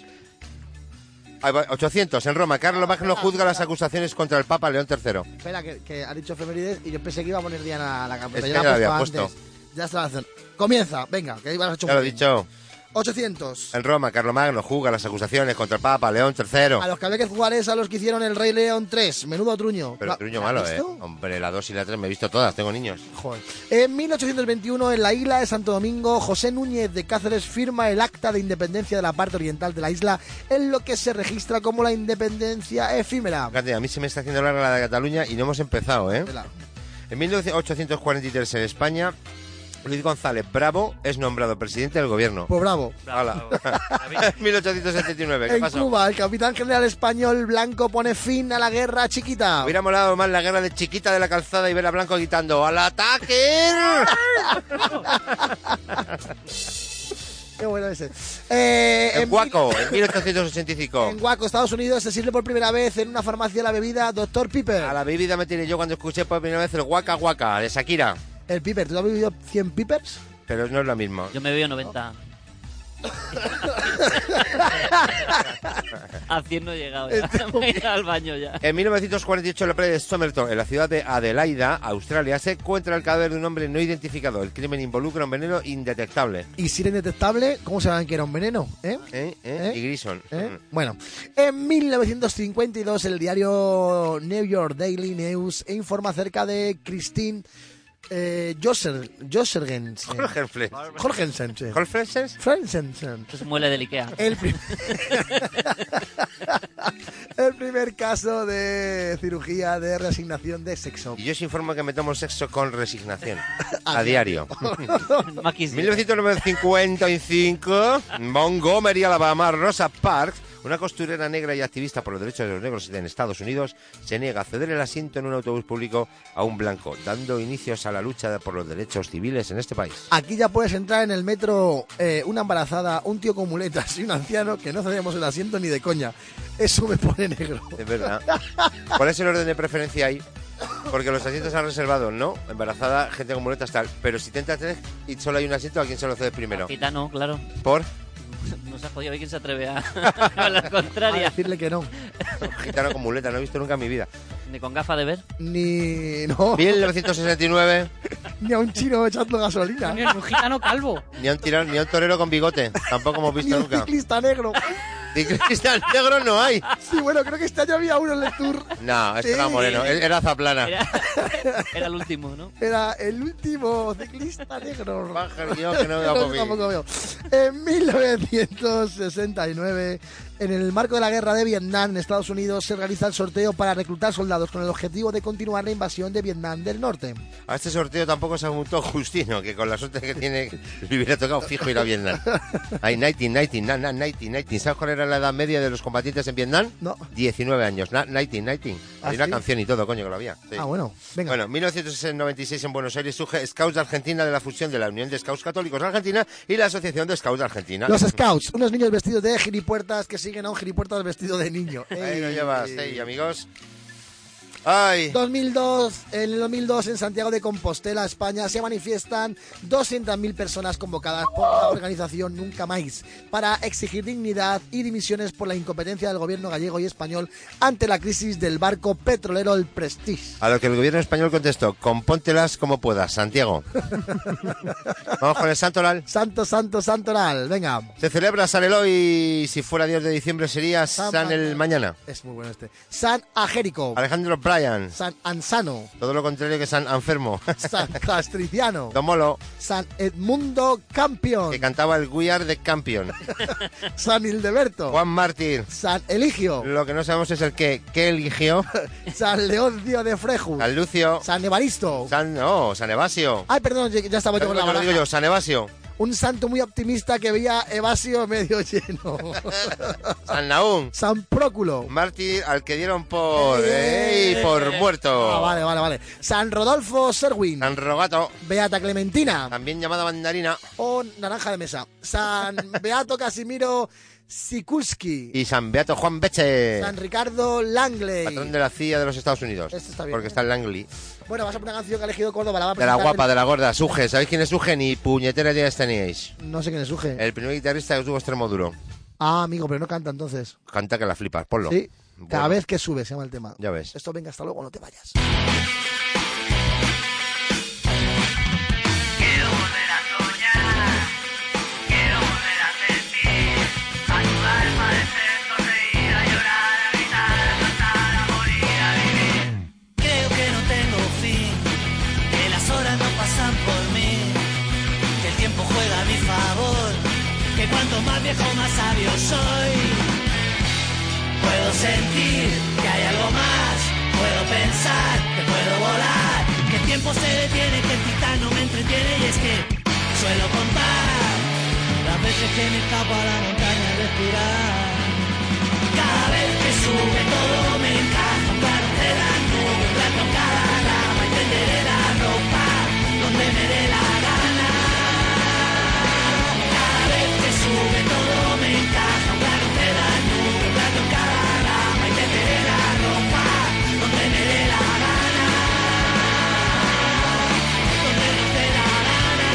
[SPEAKER 3] Ahí va, 800. En Roma,
[SPEAKER 2] Ah,
[SPEAKER 3] Carlos Magno juzga las acusaciones contra el Papa León III.
[SPEAKER 2] Espera, que, que ha dicho efemérides y yo pensé que iba a poner Diana la campana. Yo
[SPEAKER 3] Es que
[SPEAKER 2] la
[SPEAKER 3] ya la
[SPEAKER 2] he
[SPEAKER 3] había
[SPEAKER 2] puesto
[SPEAKER 3] puesto.
[SPEAKER 2] antes. Ya se la hacen. Comienza, venga, que ibas a hecho
[SPEAKER 3] Ya lo
[SPEAKER 2] muy
[SPEAKER 3] he
[SPEAKER 2] bien.
[SPEAKER 3] dicho.
[SPEAKER 2] 800.
[SPEAKER 3] En Roma, Carlos Magno juzga las acusaciones contra el Papa León
[SPEAKER 2] A
[SPEAKER 3] III.
[SPEAKER 2] los que había que jugar es a los que hicieron el Rey León 3. Menudo truño.
[SPEAKER 3] Pero
[SPEAKER 2] La-
[SPEAKER 3] truño
[SPEAKER 2] ¿la
[SPEAKER 3] malo,
[SPEAKER 2] has
[SPEAKER 3] ¿eh?
[SPEAKER 2] visto?
[SPEAKER 3] Hombre, la 2 y la 3 me he visto todas, tengo niños.
[SPEAKER 2] Joder. En 1821, en la isla de Santo Domingo, José Núñez de Cáceres firma el acta de independencia de la parte oriental de la isla, en lo que se registra como la independencia efímera.
[SPEAKER 3] Fíjate, a mí se me está haciendo larga la de Cataluña y no hemos empezado, ¿eh?
[SPEAKER 2] Vela.
[SPEAKER 3] En 1843 en España, Luis González Bravo es nombrado presidente del gobierno.
[SPEAKER 2] Pues bravo.
[SPEAKER 3] Hala. 1879, ¿qué
[SPEAKER 2] En
[SPEAKER 3] pasó?
[SPEAKER 2] Cuba, el capitán general español Blanco pone fin a la guerra chiquita.
[SPEAKER 3] Hubiera molado más la guerra de chiquita de la calzada y ver a Blanco gritando ¡Al ataque!
[SPEAKER 2] Qué bueno ese. Eh,
[SPEAKER 3] en
[SPEAKER 2] mil-
[SPEAKER 3] Guaco, en 1885.
[SPEAKER 2] En Guaco, Estados Unidos, se sirve por primera vez en una farmacia la bebida Dr. Piper.
[SPEAKER 3] A la bebida me tiré yo cuando escuché por primera vez el Guaca Guaca de Shakira.
[SPEAKER 2] El Piper, ¿tú has bebido 100 Pipers?
[SPEAKER 3] Pero no es lo mismo.
[SPEAKER 7] Yo me veo 90. a 100 no he llegado ya. Me he ido al baño ya.
[SPEAKER 3] En 1948, en la playa de Somerton, en la ciudad de Adelaida, Australia, se encuentra el cadáver de un hombre no identificado. El crimen involucra un veneno indetectable.
[SPEAKER 2] Y si era indetectable, ¿cómo se que era un veneno? ¿Eh?
[SPEAKER 3] ¿Eh? ¿Eh?
[SPEAKER 2] ¿Eh?
[SPEAKER 3] Y Grison.
[SPEAKER 2] ¿Eh? Bueno, en 1952 el diario New York Daily News informa acerca de Christine eh, Joser, Josergensen.
[SPEAKER 3] Jorge Flens.
[SPEAKER 2] Jorgensen, sí.
[SPEAKER 3] ¿Jorge Flensens?
[SPEAKER 2] Jorgensen.
[SPEAKER 7] Eso es muele del Ikea.
[SPEAKER 2] El, prim- el primer caso de cirugía de resignación de sexo.
[SPEAKER 3] Y yo os informo que me tomo el sexo con resignación. A diario.
[SPEAKER 7] Maquis.
[SPEAKER 3] 1955, Montgomery, Alabama, Rosa Parks, una costurera negra y activista por los derechos de los negros en Estados Unidos, se niega a ceder el asiento en un autobús público a un blanco, dando inicios a la lucha por los derechos civiles en este país.
[SPEAKER 2] Aquí ya puedes entrar en el metro eh, una embarazada, un tío con muletas y un anciano que no cedemos el asiento ni de coña. Eso me pone negro.
[SPEAKER 3] Es verdad. ¿Cuál es el orden de preferencia ahí? Porque los asientos han reservado, ¿no? Embarazada, gente con muletas, tal. Pero si te entras tres y solo hay un asiento, ¿a quién se lo cedes primero?
[SPEAKER 7] Gitano, claro.
[SPEAKER 3] Por
[SPEAKER 7] No se ha jodido, a ver quién se atreve a, a la
[SPEAKER 2] A
[SPEAKER 7] contraria.
[SPEAKER 2] decirle que no.
[SPEAKER 3] gitano con muleta, no he visto nunca en mi vida.
[SPEAKER 7] Ni con gafa de ver.
[SPEAKER 2] Ni, no,
[SPEAKER 3] 1969,
[SPEAKER 2] ni a un chino echando gasolina.
[SPEAKER 6] Coño, es un gitano calvo.
[SPEAKER 3] ni a un, tirano- ni a un torero con bigote. Tampoco hemos
[SPEAKER 2] Ni
[SPEAKER 3] visto
[SPEAKER 2] un
[SPEAKER 3] nunca.
[SPEAKER 2] ciclista negro.
[SPEAKER 3] Ciclistas negros no hay.
[SPEAKER 2] Sí, bueno, creo que este año había uno en el tour.
[SPEAKER 3] No, este
[SPEAKER 2] Sí.
[SPEAKER 3] era Moreno, él era Zaplana.
[SPEAKER 7] Era, era el último, ¿no?
[SPEAKER 2] Era el último ciclista negro.
[SPEAKER 3] Pájaro, yo que no veo
[SPEAKER 2] Creo
[SPEAKER 3] por
[SPEAKER 2] que
[SPEAKER 3] mí.
[SPEAKER 2] tampoco veo. En 1969, en el marco de la guerra de Vietnam, en Estados Unidos se realiza el sorteo para reclutar soldados con el objetivo de continuar la invasión de Vietnam del Norte.
[SPEAKER 3] A este sorteo tampoco se apuntó Justino, que con la suerte que tiene le hubiera tocado fijo ir a Vietnam. Hay 19, 19, na, na, 19, 19. ¿Sabes cuál era la edad media de los combatientes en Vietnam?
[SPEAKER 2] No.
[SPEAKER 3] 19 años. Na, 19, 19.
[SPEAKER 2] ¿Ah,
[SPEAKER 3] Hay una
[SPEAKER 2] sí?
[SPEAKER 3] canción y todo, coño, que lo había. Sí.
[SPEAKER 2] Ah, bueno, venga.
[SPEAKER 3] Bueno, 1996 en Buenos Aires surge Scouts de Argentina de la fusión de la Unión de Scouts Católicos de Argentina y la Asociación de Scouts de Argentina.
[SPEAKER 2] Los Scouts, unos niños vestidos de gilipuertas que siguen a un gilipuertas vestido de niño. Eh,
[SPEAKER 3] Ahí lo
[SPEAKER 2] Ey.
[SPEAKER 3] llevas, ey, amigos. Ay,
[SPEAKER 2] 2002, en el 2002 en Santiago de Compostela, España, se manifiestan 200.000 personas convocadas por la organización Nunca Más para exigir dignidad y dimisiones por la incompetencia del gobierno gallego y español ante la crisis del barco petrolero El Prestige.
[SPEAKER 3] a lo que el gobierno español contestó, compóntelas como puedas, Santiago. Vamos con el Santoral.
[SPEAKER 2] Santo, santo, santoral, venga.
[SPEAKER 3] Se celebra San Eloy y si fuera Dios de diciembre sería San, el Mañana.
[SPEAKER 2] Es muy bueno este. San Agérico,
[SPEAKER 3] Alejandro Bryan,
[SPEAKER 2] San Ansano,
[SPEAKER 3] todo lo contrario que San Anfermo.
[SPEAKER 2] San Castriciano,
[SPEAKER 3] Domolo,
[SPEAKER 2] San Edmundo Campion,
[SPEAKER 3] que cantaba el We Are the Campion.
[SPEAKER 2] San Hildeberto,
[SPEAKER 3] Juan Mártir,
[SPEAKER 2] San Eligio,
[SPEAKER 3] lo que no sabemos es el que, que eligió.
[SPEAKER 2] San Leoncio de Frejus.
[SPEAKER 3] San Lucio,
[SPEAKER 2] San Ah, Evaristo.
[SPEAKER 3] San, no, San Evasio.
[SPEAKER 2] Ay, perdón, ya ya estaba yo con
[SPEAKER 3] ¿Sabes
[SPEAKER 2] la
[SPEAKER 3] lo que lo digo
[SPEAKER 2] baraja.
[SPEAKER 3] yo? San Evasio,
[SPEAKER 2] Un santo muy optimista que veía Evasio medio lleno.
[SPEAKER 3] San Naún,
[SPEAKER 2] San Próculo.
[SPEAKER 3] mártir al que dieron por,
[SPEAKER 2] Eh.
[SPEAKER 3] ey, por muerto.
[SPEAKER 2] Ah, vale, vale, vale. San Rodolfo Serwin.
[SPEAKER 3] San Rogato,
[SPEAKER 2] Beata Clementina.
[SPEAKER 3] también llamada Mandarina,
[SPEAKER 2] O Naranja de Mesa. San Beato Casimiro Sikuski.
[SPEAKER 3] y San Beato Juan Beche,
[SPEAKER 2] San Ricardo Langley.
[SPEAKER 3] patrón de la CIA de los Estados Unidos.
[SPEAKER 2] Este está bien,
[SPEAKER 3] Porque
[SPEAKER 2] ¿eh?
[SPEAKER 3] está en Langley.
[SPEAKER 2] Bueno, vas a poner una canción que ha elegido Córdoba. La va a
[SPEAKER 3] De la
[SPEAKER 2] presentar
[SPEAKER 3] guapa,
[SPEAKER 2] el-
[SPEAKER 3] de la gorda, Suje. ¿Sabéis quién es Suje? Ni puñetera idea teníais.
[SPEAKER 2] No sé quién es Uge.
[SPEAKER 3] El primer guitarrista que tuvo extremo duro.
[SPEAKER 2] Ah, amigo, pero no canta entonces.
[SPEAKER 3] Canta que la flipas, ponlo.
[SPEAKER 2] Sí. Cada
[SPEAKER 3] Bueno,
[SPEAKER 2] vez que sube se llama el tema.
[SPEAKER 3] Ya ves.
[SPEAKER 2] Esto venga, hasta luego, no te vayas.
[SPEAKER 8] Quiero volver a soñar, quiero volver a sentir, a jugar, padecer, sonreír, a llorar, a gritar, a cantar, a morir, a vivir.
[SPEAKER 9] Creo que no tengo fin, que las horas no pasan por mí, que el tiempo juega a mi favor, que cuanto más viejo más sabio soy. Puedo sentir que hay algo más, puedo pensar que puedo volar, que el tiempo se detiene, que el titán no me entretiene y es que suelo contar las veces que me escapo a la montaña a respirar. Cada vez que sube todo me encaja un claro de la nube, un plato en cada rama y tenderé la ropa donde me dé la gana. Cada vez que sube todo me encaja un claro de la nube, un plato en cada rama y tenderé la ropa donde me dé la gana. Donde me dé la gana.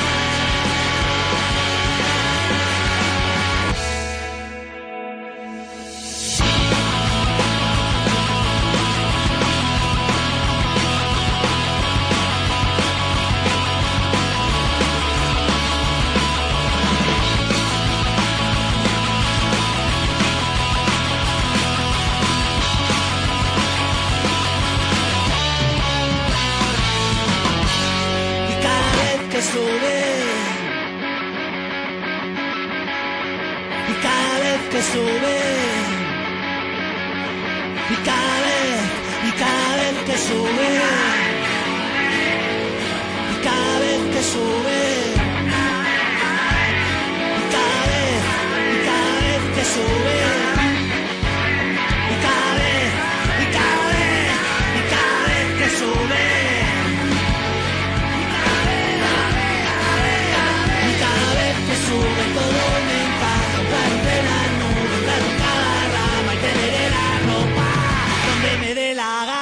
[SPEAKER 9] y cada vez que sube y cada vez que sube y cada vez y cada vez que sube y cada vez que sube y cada vez y cada vez que sube y cada vez y cada vez y cada vez que sube Y cada vez que sube todo me empaja Un claro de la nube, un claro en cada rama Y teneré la ropa donde me dé la gana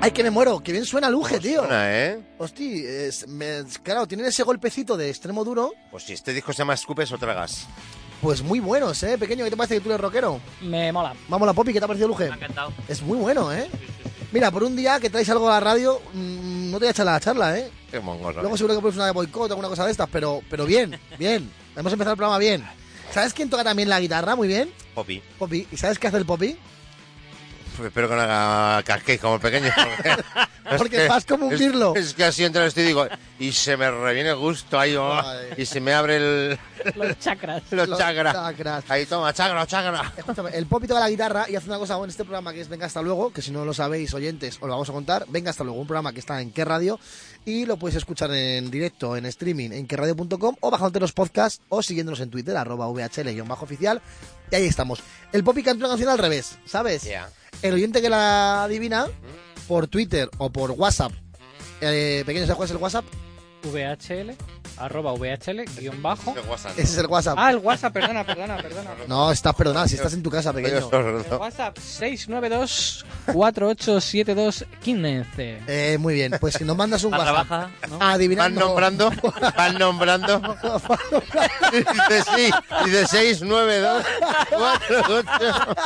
[SPEAKER 2] Ay, que me muero, que bien suena Luge, tío.
[SPEAKER 3] Suena, ¿eh?
[SPEAKER 2] Hosti, es- me- claro, tienen ese golpecito de extremo duro,
[SPEAKER 3] Pues si este disco se llama Escupes o Tragas.
[SPEAKER 2] pues muy buenos, ¿eh? Pequeño, ¿qué te parece que tú eres rockero?
[SPEAKER 6] Me mola.
[SPEAKER 2] Vamos, la Poppy, ¿qué te ha parecido Luge?
[SPEAKER 7] Me ha encantado.
[SPEAKER 2] Es muy bueno, ¿eh? Mira, por un día que traes algo a la radio, mm, no te voy a echar la charla, ¿eh?
[SPEAKER 3] Qué mongolo.
[SPEAKER 2] Luego seguro que pones una de boicot o alguna cosa de estas, pero, pero bien, bien. Hemos empezado el programa bien. ¿Sabes quién toca también la guitarra? Muy bien,
[SPEAKER 3] Poppy.
[SPEAKER 2] Poppy. ¿Y sabes qué hace el Poppy?
[SPEAKER 3] Pues Espero que no haga casquéis como el pequeño.
[SPEAKER 2] Porque vas como un
[SPEAKER 3] es-
[SPEAKER 2] mirlo.
[SPEAKER 3] Es, que así entro al estudio y digo, y se me reviene el gusto ahí, oh,
[SPEAKER 2] Ay.
[SPEAKER 3] y se me abre el,
[SPEAKER 6] Los chakras.
[SPEAKER 3] los,
[SPEAKER 2] Los
[SPEAKER 3] chakras.
[SPEAKER 2] chakras.
[SPEAKER 3] Ahí toma, chagra, chagra.
[SPEAKER 2] Escúchame, el Poppy toca la guitarra y hace una cosa en este programa que es Venga hasta luego, que si no lo sabéis, oyentes, os lo vamos a contar. Venga hasta luego, un programa que está en qué radio y lo puedes escuchar en directo, en streaming, en querradio.com o bajándote los podcasts o siguiéndonos en Twitter, arroba VHL-oficial. Y ahí estamos. El Poppy canta una canción al revés, ¿sabes?
[SPEAKER 3] Ya.
[SPEAKER 2] El oyente que la adivina por Twitter o por WhatsApp. Eh, pequeño, ¿sabes cuál es el WhatsApp?
[SPEAKER 6] VHL, arroba VHL, guión bajo.
[SPEAKER 3] De WhatsApp, ¿no?
[SPEAKER 2] Ese es el WhatsApp.
[SPEAKER 6] Ah, el WhatsApp, perdona, perdona, perdona.
[SPEAKER 2] No, estás perdonado, si estás en tu casa, pequeño.
[SPEAKER 3] Coño sordo.
[SPEAKER 6] El WhatsApp 692-4872-15.
[SPEAKER 2] Eh, muy bien, pues si nos mandas un
[SPEAKER 7] La
[SPEAKER 2] WhatsApp.
[SPEAKER 7] trabaja, ¿no?
[SPEAKER 3] Van
[SPEAKER 2] Adivinando.
[SPEAKER 3] nombrando, van nombrando. Dice sí, dice 6, 9, 2, 4, 8.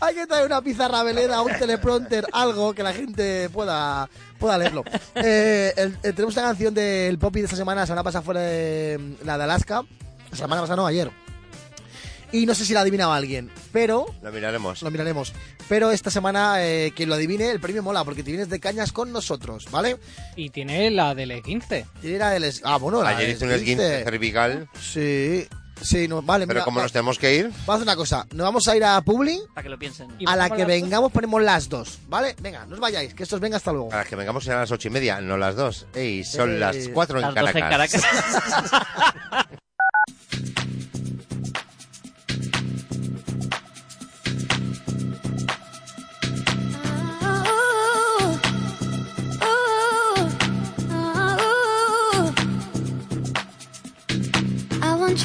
[SPEAKER 2] Hay que traer una pizarra velera, un teleprompter, algo que la gente pueda, pueda leerlo. Eh, el- eh, tenemos una canción del Poppy de esta semana, la semana pasada fue la de, mm, la de Alaska. La semana pasada no, ayer. Y no sé si la adivinaba alguien, pero
[SPEAKER 3] Lo miraremos.
[SPEAKER 2] lo miraremos. Pero esta semana, eh, quien lo adivine, el premio mola, porque te vienes de cañas con nosotros, ¿vale?
[SPEAKER 6] Y tiene la del 15.
[SPEAKER 2] Tiene la del es- Ah, bueno, la
[SPEAKER 3] Ayer
[SPEAKER 2] del
[SPEAKER 3] hice un esguince
[SPEAKER 2] 15.
[SPEAKER 3] cervical,
[SPEAKER 2] Sí, sí, no, vale,
[SPEAKER 3] pero
[SPEAKER 2] mira, eh.
[SPEAKER 3] como
[SPEAKER 2] va-
[SPEAKER 3] nos tenemos que ir,
[SPEAKER 2] vamos a hacer una cosa. Nos vamos a ir a Publi.
[SPEAKER 7] Para que lo piensen.
[SPEAKER 6] Y
[SPEAKER 2] A la
[SPEAKER 6] ponemos
[SPEAKER 2] que
[SPEAKER 6] las dos.
[SPEAKER 2] vengamos ponemos las dos, ¿vale? Venga, no os vayáis, que esto os venga hasta luego.
[SPEAKER 3] a las que vengamos serán las 8 y media, no las 2. Ey, son
[SPEAKER 2] Eh,
[SPEAKER 3] las 4 en
[SPEAKER 7] Las 12 en
[SPEAKER 3] Caracas.
[SPEAKER 7] Caracas.
[SPEAKER 9] I want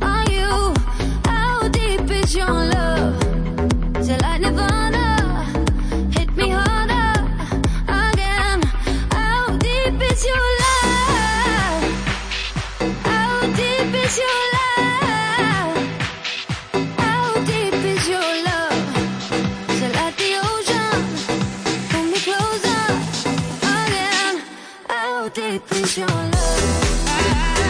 [SPEAKER 9] are you? How deep is your love? Is it like Nirvana? Hit me harder again. How deep is your love? How deep is your love? How deep is your love? Is it like the ocean? Pull me closer again. How deep is your love?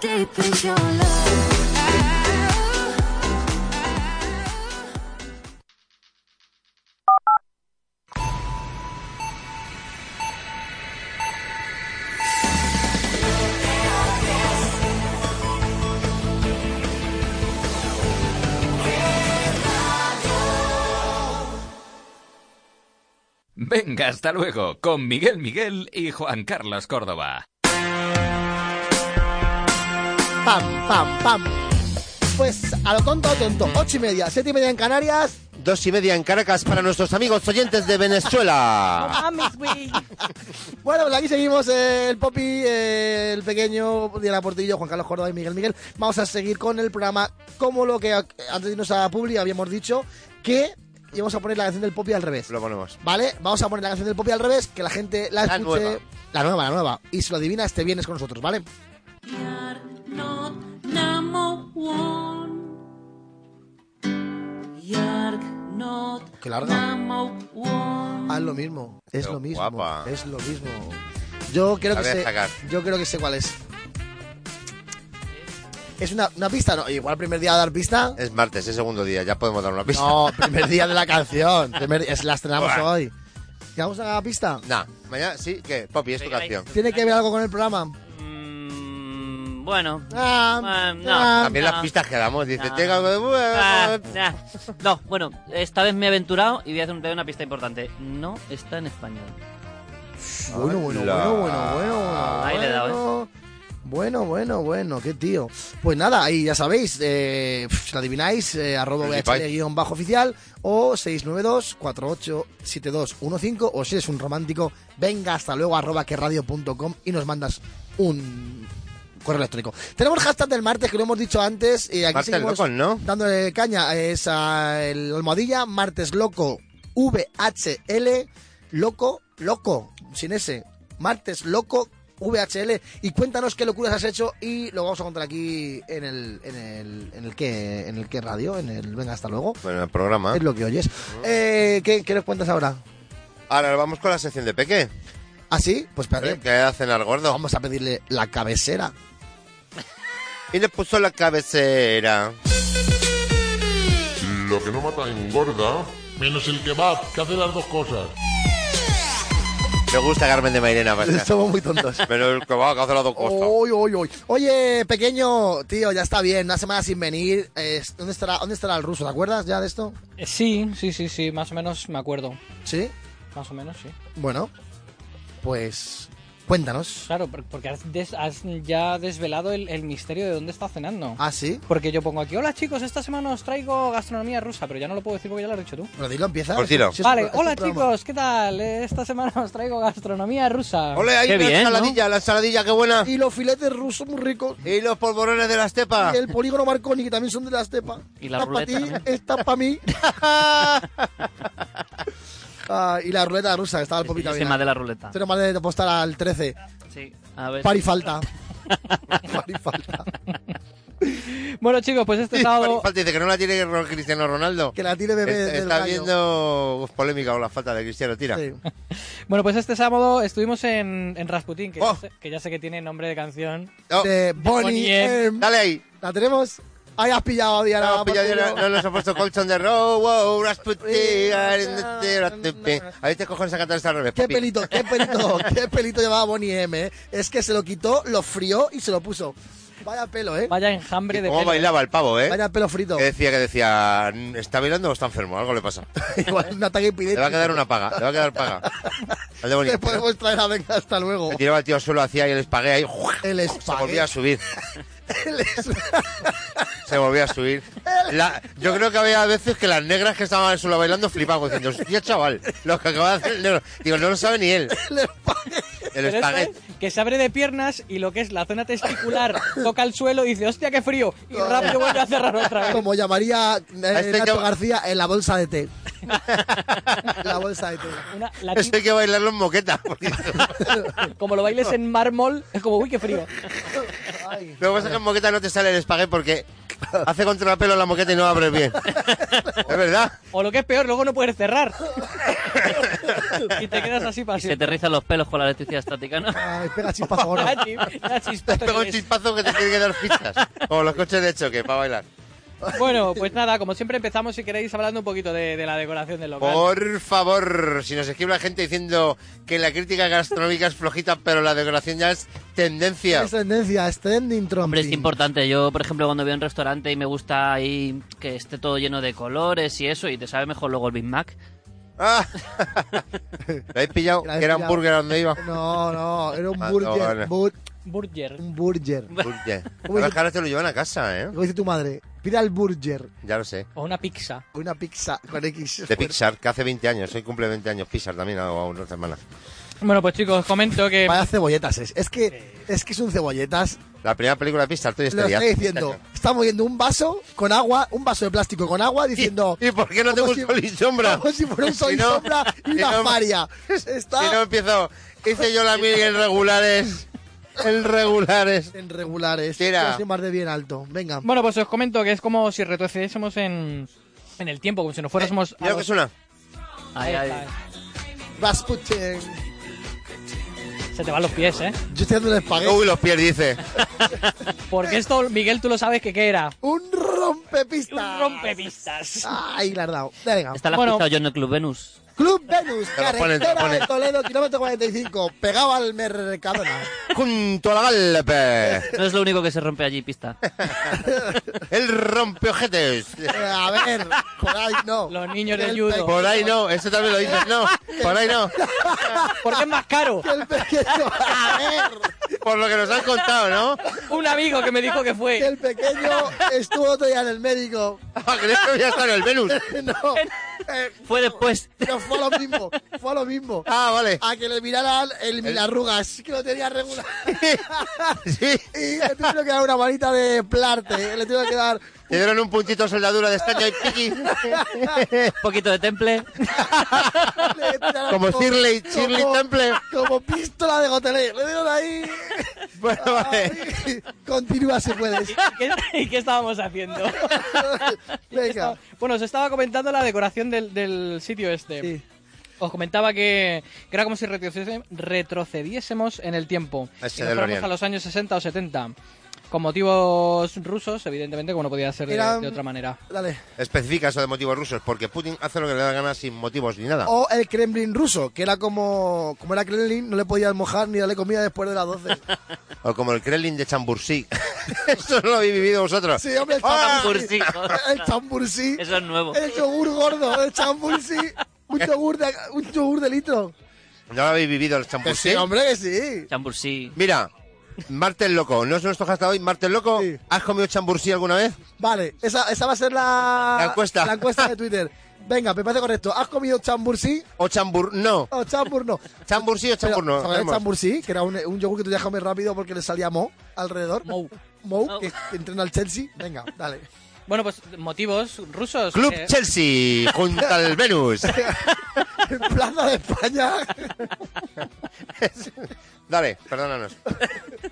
[SPEAKER 9] deep is your love?
[SPEAKER 10] Venga, hasta luego, con Miguel Miguel y Juan Carlos Córdoba.
[SPEAKER 2] Pam, pam, pam. Pues a lo tonto, a lo tonto. Ocho y media, siete y media en Canarias.
[SPEAKER 3] Dos y media en Caracas para nuestros amigos oyentes de Venezuela.
[SPEAKER 6] Ah,
[SPEAKER 2] bueno, pues aquí seguimos eh, el Popi, eh, el pequeño Diana Portillo, Juan Carlos Córdoba y Miguel Miguel. Vamos a seguir con el programa como lo que eh, antes de irnos a Publi habíamos dicho que íbamos a poner la canción del Popi al revés.
[SPEAKER 3] Lo ponemos.
[SPEAKER 2] ¿Vale? Vamos a poner la canción del Popi al revés, que la gente la
[SPEAKER 3] La
[SPEAKER 2] escuche.
[SPEAKER 3] nueva.
[SPEAKER 2] La nueva, la nueva. Y si lo adivina este viernes con nosotros, ¿vale?
[SPEAKER 8] Not number one. You're not
[SPEAKER 2] Qué larga.
[SPEAKER 8] number one.
[SPEAKER 3] Ah,
[SPEAKER 2] Haz Ah, lo mismo. Es
[SPEAKER 3] Pero
[SPEAKER 2] lo mismo.
[SPEAKER 3] guapa.
[SPEAKER 2] Es lo mismo. Yo creo
[SPEAKER 3] La
[SPEAKER 2] que
[SPEAKER 3] voy a
[SPEAKER 2] sé.
[SPEAKER 3] sacar.
[SPEAKER 2] Yo creo que sé cuál es. Es una, una pista, ¿no? Igual primer día a dar pista.
[SPEAKER 3] Es martes, es segundo día, ya podemos dar una pista.
[SPEAKER 2] No, primer día de la canción. Primer- es, la estrenamos
[SPEAKER 3] Buah.
[SPEAKER 2] hoy. ¿Te vamos a dar pista?
[SPEAKER 3] Nah, mañana sí, que Poppy es tu canción.
[SPEAKER 2] ¿Tiene que ver algo con el programa?
[SPEAKER 7] Mm, Bueno.
[SPEAKER 2] Ah,
[SPEAKER 7] Ah, no.
[SPEAKER 2] ah.
[SPEAKER 3] También las pistas que damos, dice, tenga algo de
[SPEAKER 2] Eh,
[SPEAKER 7] Ah, nah. No, bueno, esta vez me he aventurado y voy a hacer un- te doy una pista importante. No está en español.
[SPEAKER 2] Bueno, bueno,
[SPEAKER 3] Hola.
[SPEAKER 2] bueno, bueno, bueno, bueno.
[SPEAKER 7] Ah, Ahí le he dado, ¿eh?
[SPEAKER 2] bueno. Bueno, bueno, bueno, qué tío. Pues nada, ahí ya sabéis, eh, pf, si lo adivináis, eh, arroba
[SPEAKER 3] Participáis.
[SPEAKER 2] bajo oficial o 692-487215 o si eres un romántico, venga hasta luego arroba querradio.com y nos mandas un correo electrónico. Tenemos hashtag del martes que lo hemos dicho antes y aquí
[SPEAKER 3] Martes
[SPEAKER 2] seguimos
[SPEAKER 3] loco, ¿no?
[SPEAKER 2] dándole caña es a el almohadilla martes loco VHL loco loco sin ese martes loco VHL y cuéntanos qué locuras has hecho y lo vamos a contar aquí en el en el en el que en el que radio en el venga hasta luego
[SPEAKER 3] Bueno, el programa.
[SPEAKER 2] es lo que oyes eh, ¿qué, qué nos cuentas ahora
[SPEAKER 3] Ahora vamos con la sección de Peque.
[SPEAKER 2] así pues espérate,
[SPEAKER 3] Que va a cenar gordo.
[SPEAKER 2] vamos a pedirle la cabecera
[SPEAKER 3] Y le puso la cabecera.
[SPEAKER 4] Lo que no mata engorda, menos el kebab, que hace las dos cosas.
[SPEAKER 3] Me gusta Carmen de Mairena. Oh. Pascal.
[SPEAKER 2] somos muy tontos
[SPEAKER 3] Pero el que va a hacer las dos cosas.
[SPEAKER 2] Oy, oy, oy. Oye, pequeño, tío, ya está bien, una semana sin venir. eh, ¿dónde, estará, ¿Dónde estará el ruso? ¿Te acuerdas ya de esto?
[SPEAKER 6] Eh, Sí, sí, sí, sí, más o menos me acuerdo.
[SPEAKER 2] Sí.
[SPEAKER 6] Más o menos, sí.
[SPEAKER 2] Bueno, pues cuéntanos.
[SPEAKER 6] Claro, por- porque has, des- has ya desvelado el, el misterio de dónde está cenando.
[SPEAKER 2] Ah, sí.
[SPEAKER 6] Porque yo pongo aquí, hola chicos, esta semana os traigo gastronomía rusa, pero ya no lo puedo decir porque ya lo has dicho tú.
[SPEAKER 2] Pero dilo, empieza.
[SPEAKER 3] Pues dilo.
[SPEAKER 2] Si es un
[SPEAKER 6] Vale,
[SPEAKER 2] pro- es un
[SPEAKER 6] hola
[SPEAKER 2] programa.
[SPEAKER 6] chicos, ¿qué tal? Esta semana os traigo gastronomía rusa.
[SPEAKER 3] Ole, ahí la
[SPEAKER 7] Qué bien, ¿no?
[SPEAKER 3] ensaladilla, la ensaladilla, qué buena.
[SPEAKER 2] Y los filetes rusos muy ricos.
[SPEAKER 3] Y los polvorones de la estepa.
[SPEAKER 2] Y el polígono Marconi, que también son de la estepa.
[SPEAKER 7] Ah. Y la
[SPEAKER 2] para
[SPEAKER 7] ruleta
[SPEAKER 2] ti,
[SPEAKER 7] también.
[SPEAKER 2] esta para mí. Ah, y la ruleta rusa, estaba el popi
[SPEAKER 7] Yo soy
[SPEAKER 2] también.
[SPEAKER 7] más de la ruleta.
[SPEAKER 2] Tenemos más de apostar al 13.
[SPEAKER 7] Sí, a ver.
[SPEAKER 2] Par y falta. Par y falta.
[SPEAKER 6] Bueno chicos, pues este
[SPEAKER 3] Sí,
[SPEAKER 6] sábado...
[SPEAKER 3] Falta dice que no la tiene Cristiano Ronaldo.
[SPEAKER 2] Que la tiene bebé
[SPEAKER 3] Es-
[SPEAKER 2] del
[SPEAKER 3] Está
[SPEAKER 2] gallo.
[SPEAKER 3] viendo uf, polémica con la falta de Cristiano, tira.
[SPEAKER 2] Sí.
[SPEAKER 6] Bueno, pues este sábado estuvimos en, en Rasputín, que,
[SPEAKER 3] Oh.
[SPEAKER 6] ya sé, que ya sé que tiene nombre de canción.
[SPEAKER 3] No,
[SPEAKER 2] De Bonnie,
[SPEAKER 6] Bonnie M.
[SPEAKER 2] M.
[SPEAKER 3] Oh, Dale ahí.
[SPEAKER 2] ¿La tenemos? Ahí has pillado, Diana.
[SPEAKER 3] No, pilla,
[SPEAKER 2] Portillo.
[SPEAKER 3] no, no nos ha puesto Colton de Row, wow, Rasputin, A ver, este te cojones a cantar esta al revés.
[SPEAKER 2] Qué
[SPEAKER 3] papi.
[SPEAKER 2] pelito, qué pelito, qué pelito llevaba Bonnie M. eh. Es que se lo quitó, lo frió y se lo puso. Vaya pelo, ¿eh?
[SPEAKER 6] Vaya enjambre de...
[SPEAKER 3] ¿Cómo
[SPEAKER 6] pelo.
[SPEAKER 3] bailaba el pavo, eh?
[SPEAKER 2] Vaya pelo frito.
[SPEAKER 3] Que decía, que decía, ¿está bailando o está enfermo? Algo le pasa.
[SPEAKER 2] Igual un ataque
[SPEAKER 3] Le va a
[SPEAKER 2] epiléptico.
[SPEAKER 3] quedar una paga, le va a quedar paga. Al de Bonnie.
[SPEAKER 2] Le podemos traer a venga hasta luego.
[SPEAKER 3] Me tiraba el tío al suelo, hacía ahí el espagué ahí.
[SPEAKER 2] El
[SPEAKER 3] Se volvía a
[SPEAKER 2] espagueti.
[SPEAKER 3] subir,
[SPEAKER 2] El es-
[SPEAKER 3] se volvía a subir. La- yo creo que había veces que las negras que estaban en el suelo bailando flipaban diciendo, hostia, chaval, lo que acaba de hacer el negro. Digo, no lo sabe ni él.
[SPEAKER 2] el espagueti.
[SPEAKER 3] El
[SPEAKER 6] Pero esto
[SPEAKER 3] espaguet.
[SPEAKER 6] es que se abre de piernas y lo que es la zona testicular toca el suelo y dice, hostia, qué frío. Y rápido vuelve a cerrar otra vez.
[SPEAKER 2] Como llamaría eh,
[SPEAKER 3] este
[SPEAKER 2] Nacho
[SPEAKER 3] que-
[SPEAKER 2] García en la bolsa de té. la bolsa de té.
[SPEAKER 6] Una- la
[SPEAKER 3] Eso hay
[SPEAKER 6] típica-
[SPEAKER 3] que bailarlo en moqueta. porque-
[SPEAKER 6] como lo bailes en mármol, es como, uy, qué frío.
[SPEAKER 2] Ay.
[SPEAKER 3] Lo que pasa es que en moqueta no te sale el espaguet porque hace contrapelo la moqueta y no abre bien. Es verdad.
[SPEAKER 6] O lo que es peor, luego no puedes cerrar. Y te quedas así para
[SPEAKER 7] Y se te rizan los pelos con la electricidad estática, ¿no?
[SPEAKER 2] Ay, pega chispazo gordo.
[SPEAKER 3] Pega un chispazo que te tiene que dar fichas. Como los coches de choque, para bailar.
[SPEAKER 6] Bueno, pues nada, como siempre empezamos, si queréis, hablando un poquito de, de la decoración del local.
[SPEAKER 3] Por favor, si nos escribe la gente diciendo que la crítica gastronómica es flojita, pero la decoración ya es tendencia.
[SPEAKER 2] Es tendencia, es trending
[SPEAKER 7] Hombre, es
[SPEAKER 2] tromping.
[SPEAKER 7] importante. Yo, por ejemplo, cuando voy a un restaurante y me gusta ahí que esté todo lleno de colores y eso, y te sabe mejor luego el Big Mac.
[SPEAKER 3] Ah. ¿Lo habéis pillado?
[SPEAKER 2] La he
[SPEAKER 3] Que era un
[SPEAKER 2] pillado.
[SPEAKER 3] burger a donde iba.
[SPEAKER 2] No, no, era un
[SPEAKER 3] Ah, no,
[SPEAKER 2] burger.
[SPEAKER 3] vale.
[SPEAKER 2] bur-
[SPEAKER 6] Burger.
[SPEAKER 2] un burger.
[SPEAKER 3] Burger.
[SPEAKER 2] ¿Cómo
[SPEAKER 3] A ver,
[SPEAKER 2] dice-
[SPEAKER 3] ahora te lo llevan a casa, ¿eh?
[SPEAKER 2] Como dice tu madre, pida el burger.
[SPEAKER 3] Ya lo sé.
[SPEAKER 6] O una pizza.
[SPEAKER 2] O una pizza con X.
[SPEAKER 3] De Pixar, que hace 20 años. Hoy cumple 20 años Pixar también, a una semana.
[SPEAKER 6] Bueno, pues chicos, os comento que.
[SPEAKER 2] Vaya cebolletas es. Es que, es que es un cebolletas.
[SPEAKER 3] La primera película de Pixar, estoy
[SPEAKER 2] Lo
[SPEAKER 3] Story.
[SPEAKER 2] estoy diciendo. Está moviendo un vaso con agua, un vaso de plástico con agua, diciendo.
[SPEAKER 3] ¿Y por qué no te
[SPEAKER 2] Como
[SPEAKER 3] gusta
[SPEAKER 2] si-
[SPEAKER 3] Sol y Sombra?
[SPEAKER 2] Como si fuera un sol
[SPEAKER 3] Si
[SPEAKER 2] y
[SPEAKER 3] no-
[SPEAKER 2] sombra y
[SPEAKER 3] si
[SPEAKER 2] una
[SPEAKER 3] no-
[SPEAKER 2] faria. Está
[SPEAKER 3] Si no empiezo, hice yo la mil en regulares. En regulares.
[SPEAKER 2] en regulares.
[SPEAKER 3] Tira.
[SPEAKER 2] Yo soy más de bien alto. Venga.
[SPEAKER 6] Bueno, pues os comento que es como si retrocediésemos en, en el tiempo, como si nos
[SPEAKER 2] Eh,
[SPEAKER 6] fuéramos. a
[SPEAKER 3] Mira lo que
[SPEAKER 6] los-
[SPEAKER 3] suena.
[SPEAKER 7] Ahí,
[SPEAKER 6] Ahí
[SPEAKER 7] ahí.
[SPEAKER 6] está.
[SPEAKER 2] Rasputin.
[SPEAKER 6] Se te van los pies, ¿eh?
[SPEAKER 2] Yo estoy haciendo un espagueti.
[SPEAKER 3] Uy, los pies, dice.
[SPEAKER 6] Porque esto, Miguel, tú lo sabes que qué era.
[SPEAKER 2] Un rompepista.
[SPEAKER 6] Un rompepistas.
[SPEAKER 2] Ay, la has dado. Venga.
[SPEAKER 7] Está la
[SPEAKER 6] Bueno.
[SPEAKER 7] pista John del Club Venus.
[SPEAKER 2] Club Venus,
[SPEAKER 3] Te lo ponen, te
[SPEAKER 2] carretera
[SPEAKER 3] lo
[SPEAKER 2] de
[SPEAKER 3] ponen.
[SPEAKER 2] Toledo, kilómetro 45, pegado al Mercadona.
[SPEAKER 3] Junto a la galpe.
[SPEAKER 7] No es lo único que se rompe allí, pista.
[SPEAKER 3] El rompeojetes.
[SPEAKER 2] Eh, a ver, por ahí no.
[SPEAKER 6] Los niños de
[SPEAKER 2] El
[SPEAKER 6] judo.
[SPEAKER 3] Por ahí no, eso también lo dices, no. Por ahí no.
[SPEAKER 6] Porque es más caro.
[SPEAKER 2] Que el pequeño, a ver,
[SPEAKER 3] Por lo que nos han contado, ¿no?
[SPEAKER 6] Un amigo que me dijo que
[SPEAKER 2] que
[SPEAKER 6] fue.
[SPEAKER 2] el pequeño estuvo otro día en el médico.
[SPEAKER 3] Ah, Creo que ya está en el Venus.
[SPEAKER 2] No, eh,
[SPEAKER 7] Fue después.
[SPEAKER 2] pero fue a lo mismo, fue a lo mismo.
[SPEAKER 3] Ah, vale.
[SPEAKER 2] A que le miraran el milarrugas, que lo tenía regular.
[SPEAKER 3] Sí.
[SPEAKER 2] Y le tuvieron que dar una manita de plarte, le tuvieron que dar...
[SPEAKER 3] Te dieron un puntito soldadura de estaño y piqui.
[SPEAKER 7] Un poquito de temple.
[SPEAKER 2] le tiraron
[SPEAKER 3] Como Shirley, Shirley
[SPEAKER 2] como-
[SPEAKER 3] Temple.
[SPEAKER 2] Como pistola de gotelé, le dieron ahí...
[SPEAKER 3] Bueno, vale.
[SPEAKER 2] Ay, Continúa si puedes.
[SPEAKER 6] ¿Qué, ¿Y qué estábamos haciendo?
[SPEAKER 2] Venga.
[SPEAKER 6] Bueno, os estaba comentando la decoración del, del sitio este.
[SPEAKER 2] Sí.
[SPEAKER 6] Os comentaba que, que era como si retrocediésemos, retrocediésemos en el tiempo.
[SPEAKER 3] Ese
[SPEAKER 6] Y nos
[SPEAKER 3] de
[SPEAKER 6] fuéramos
[SPEAKER 3] Lorian.
[SPEAKER 6] a los años 60 o 70. Con motivos rusos, evidentemente, como no podía ser de,
[SPEAKER 2] Eran-
[SPEAKER 6] de otra manera.
[SPEAKER 2] Dale.
[SPEAKER 3] Especifica eso de motivos rusos, porque Putin hace lo que le da la gana sin motivos ni nada.
[SPEAKER 2] O el Kremlin ruso, que era como. Como era Kremlin, no le podías mojar ni darle comida después de las 12.
[SPEAKER 3] O como el Kremlin de Chambursí. Eso no lo habéis vivido vosotros.
[SPEAKER 2] Sí, hombre, el
[SPEAKER 3] Ah,
[SPEAKER 2] chambursí.
[SPEAKER 7] Chambursí.
[SPEAKER 2] El chambursí.
[SPEAKER 7] Eso es nuevo.
[SPEAKER 2] El yogur gordo, el chambursí. Un yogur de, un yogur de litro.
[SPEAKER 3] ¿No lo habéis vivido el
[SPEAKER 2] Que
[SPEAKER 3] Chambursí?
[SPEAKER 2] sí, hombre, que sí.
[SPEAKER 7] Chambursí.
[SPEAKER 3] Mira, Martes Loco, ¿no es nuestro hashtag hoy? Martes Loco,
[SPEAKER 2] Sí.
[SPEAKER 3] ¿has comido Chambursí alguna vez?
[SPEAKER 2] Vale, esa, esa va a ser la.
[SPEAKER 3] La encuesta.
[SPEAKER 2] La encuesta de Twitter. Venga, me parece correcto. ¿Has comido chambursí
[SPEAKER 3] ¿O Chambur? No.
[SPEAKER 2] o Oh, chambur no?
[SPEAKER 3] ¿Chambursí o
[SPEAKER 2] Pero,
[SPEAKER 3] Chambur no?
[SPEAKER 2] ¿sabes el
[SPEAKER 3] Vemos.
[SPEAKER 2] chambursí? Que era un, un yogur que tú tenías que comer rápido porque le salía mo alrededor.
[SPEAKER 6] Mou.
[SPEAKER 2] Mou,
[SPEAKER 7] Mou.
[SPEAKER 2] que, que entrena al Chelsea. Venga, dale.
[SPEAKER 6] Bueno, pues motivos rusos.
[SPEAKER 3] Club
[SPEAKER 6] eh,
[SPEAKER 3] Chelsea, junto al Venus.
[SPEAKER 2] En Plaza de España.
[SPEAKER 3] Dale, perdónanos.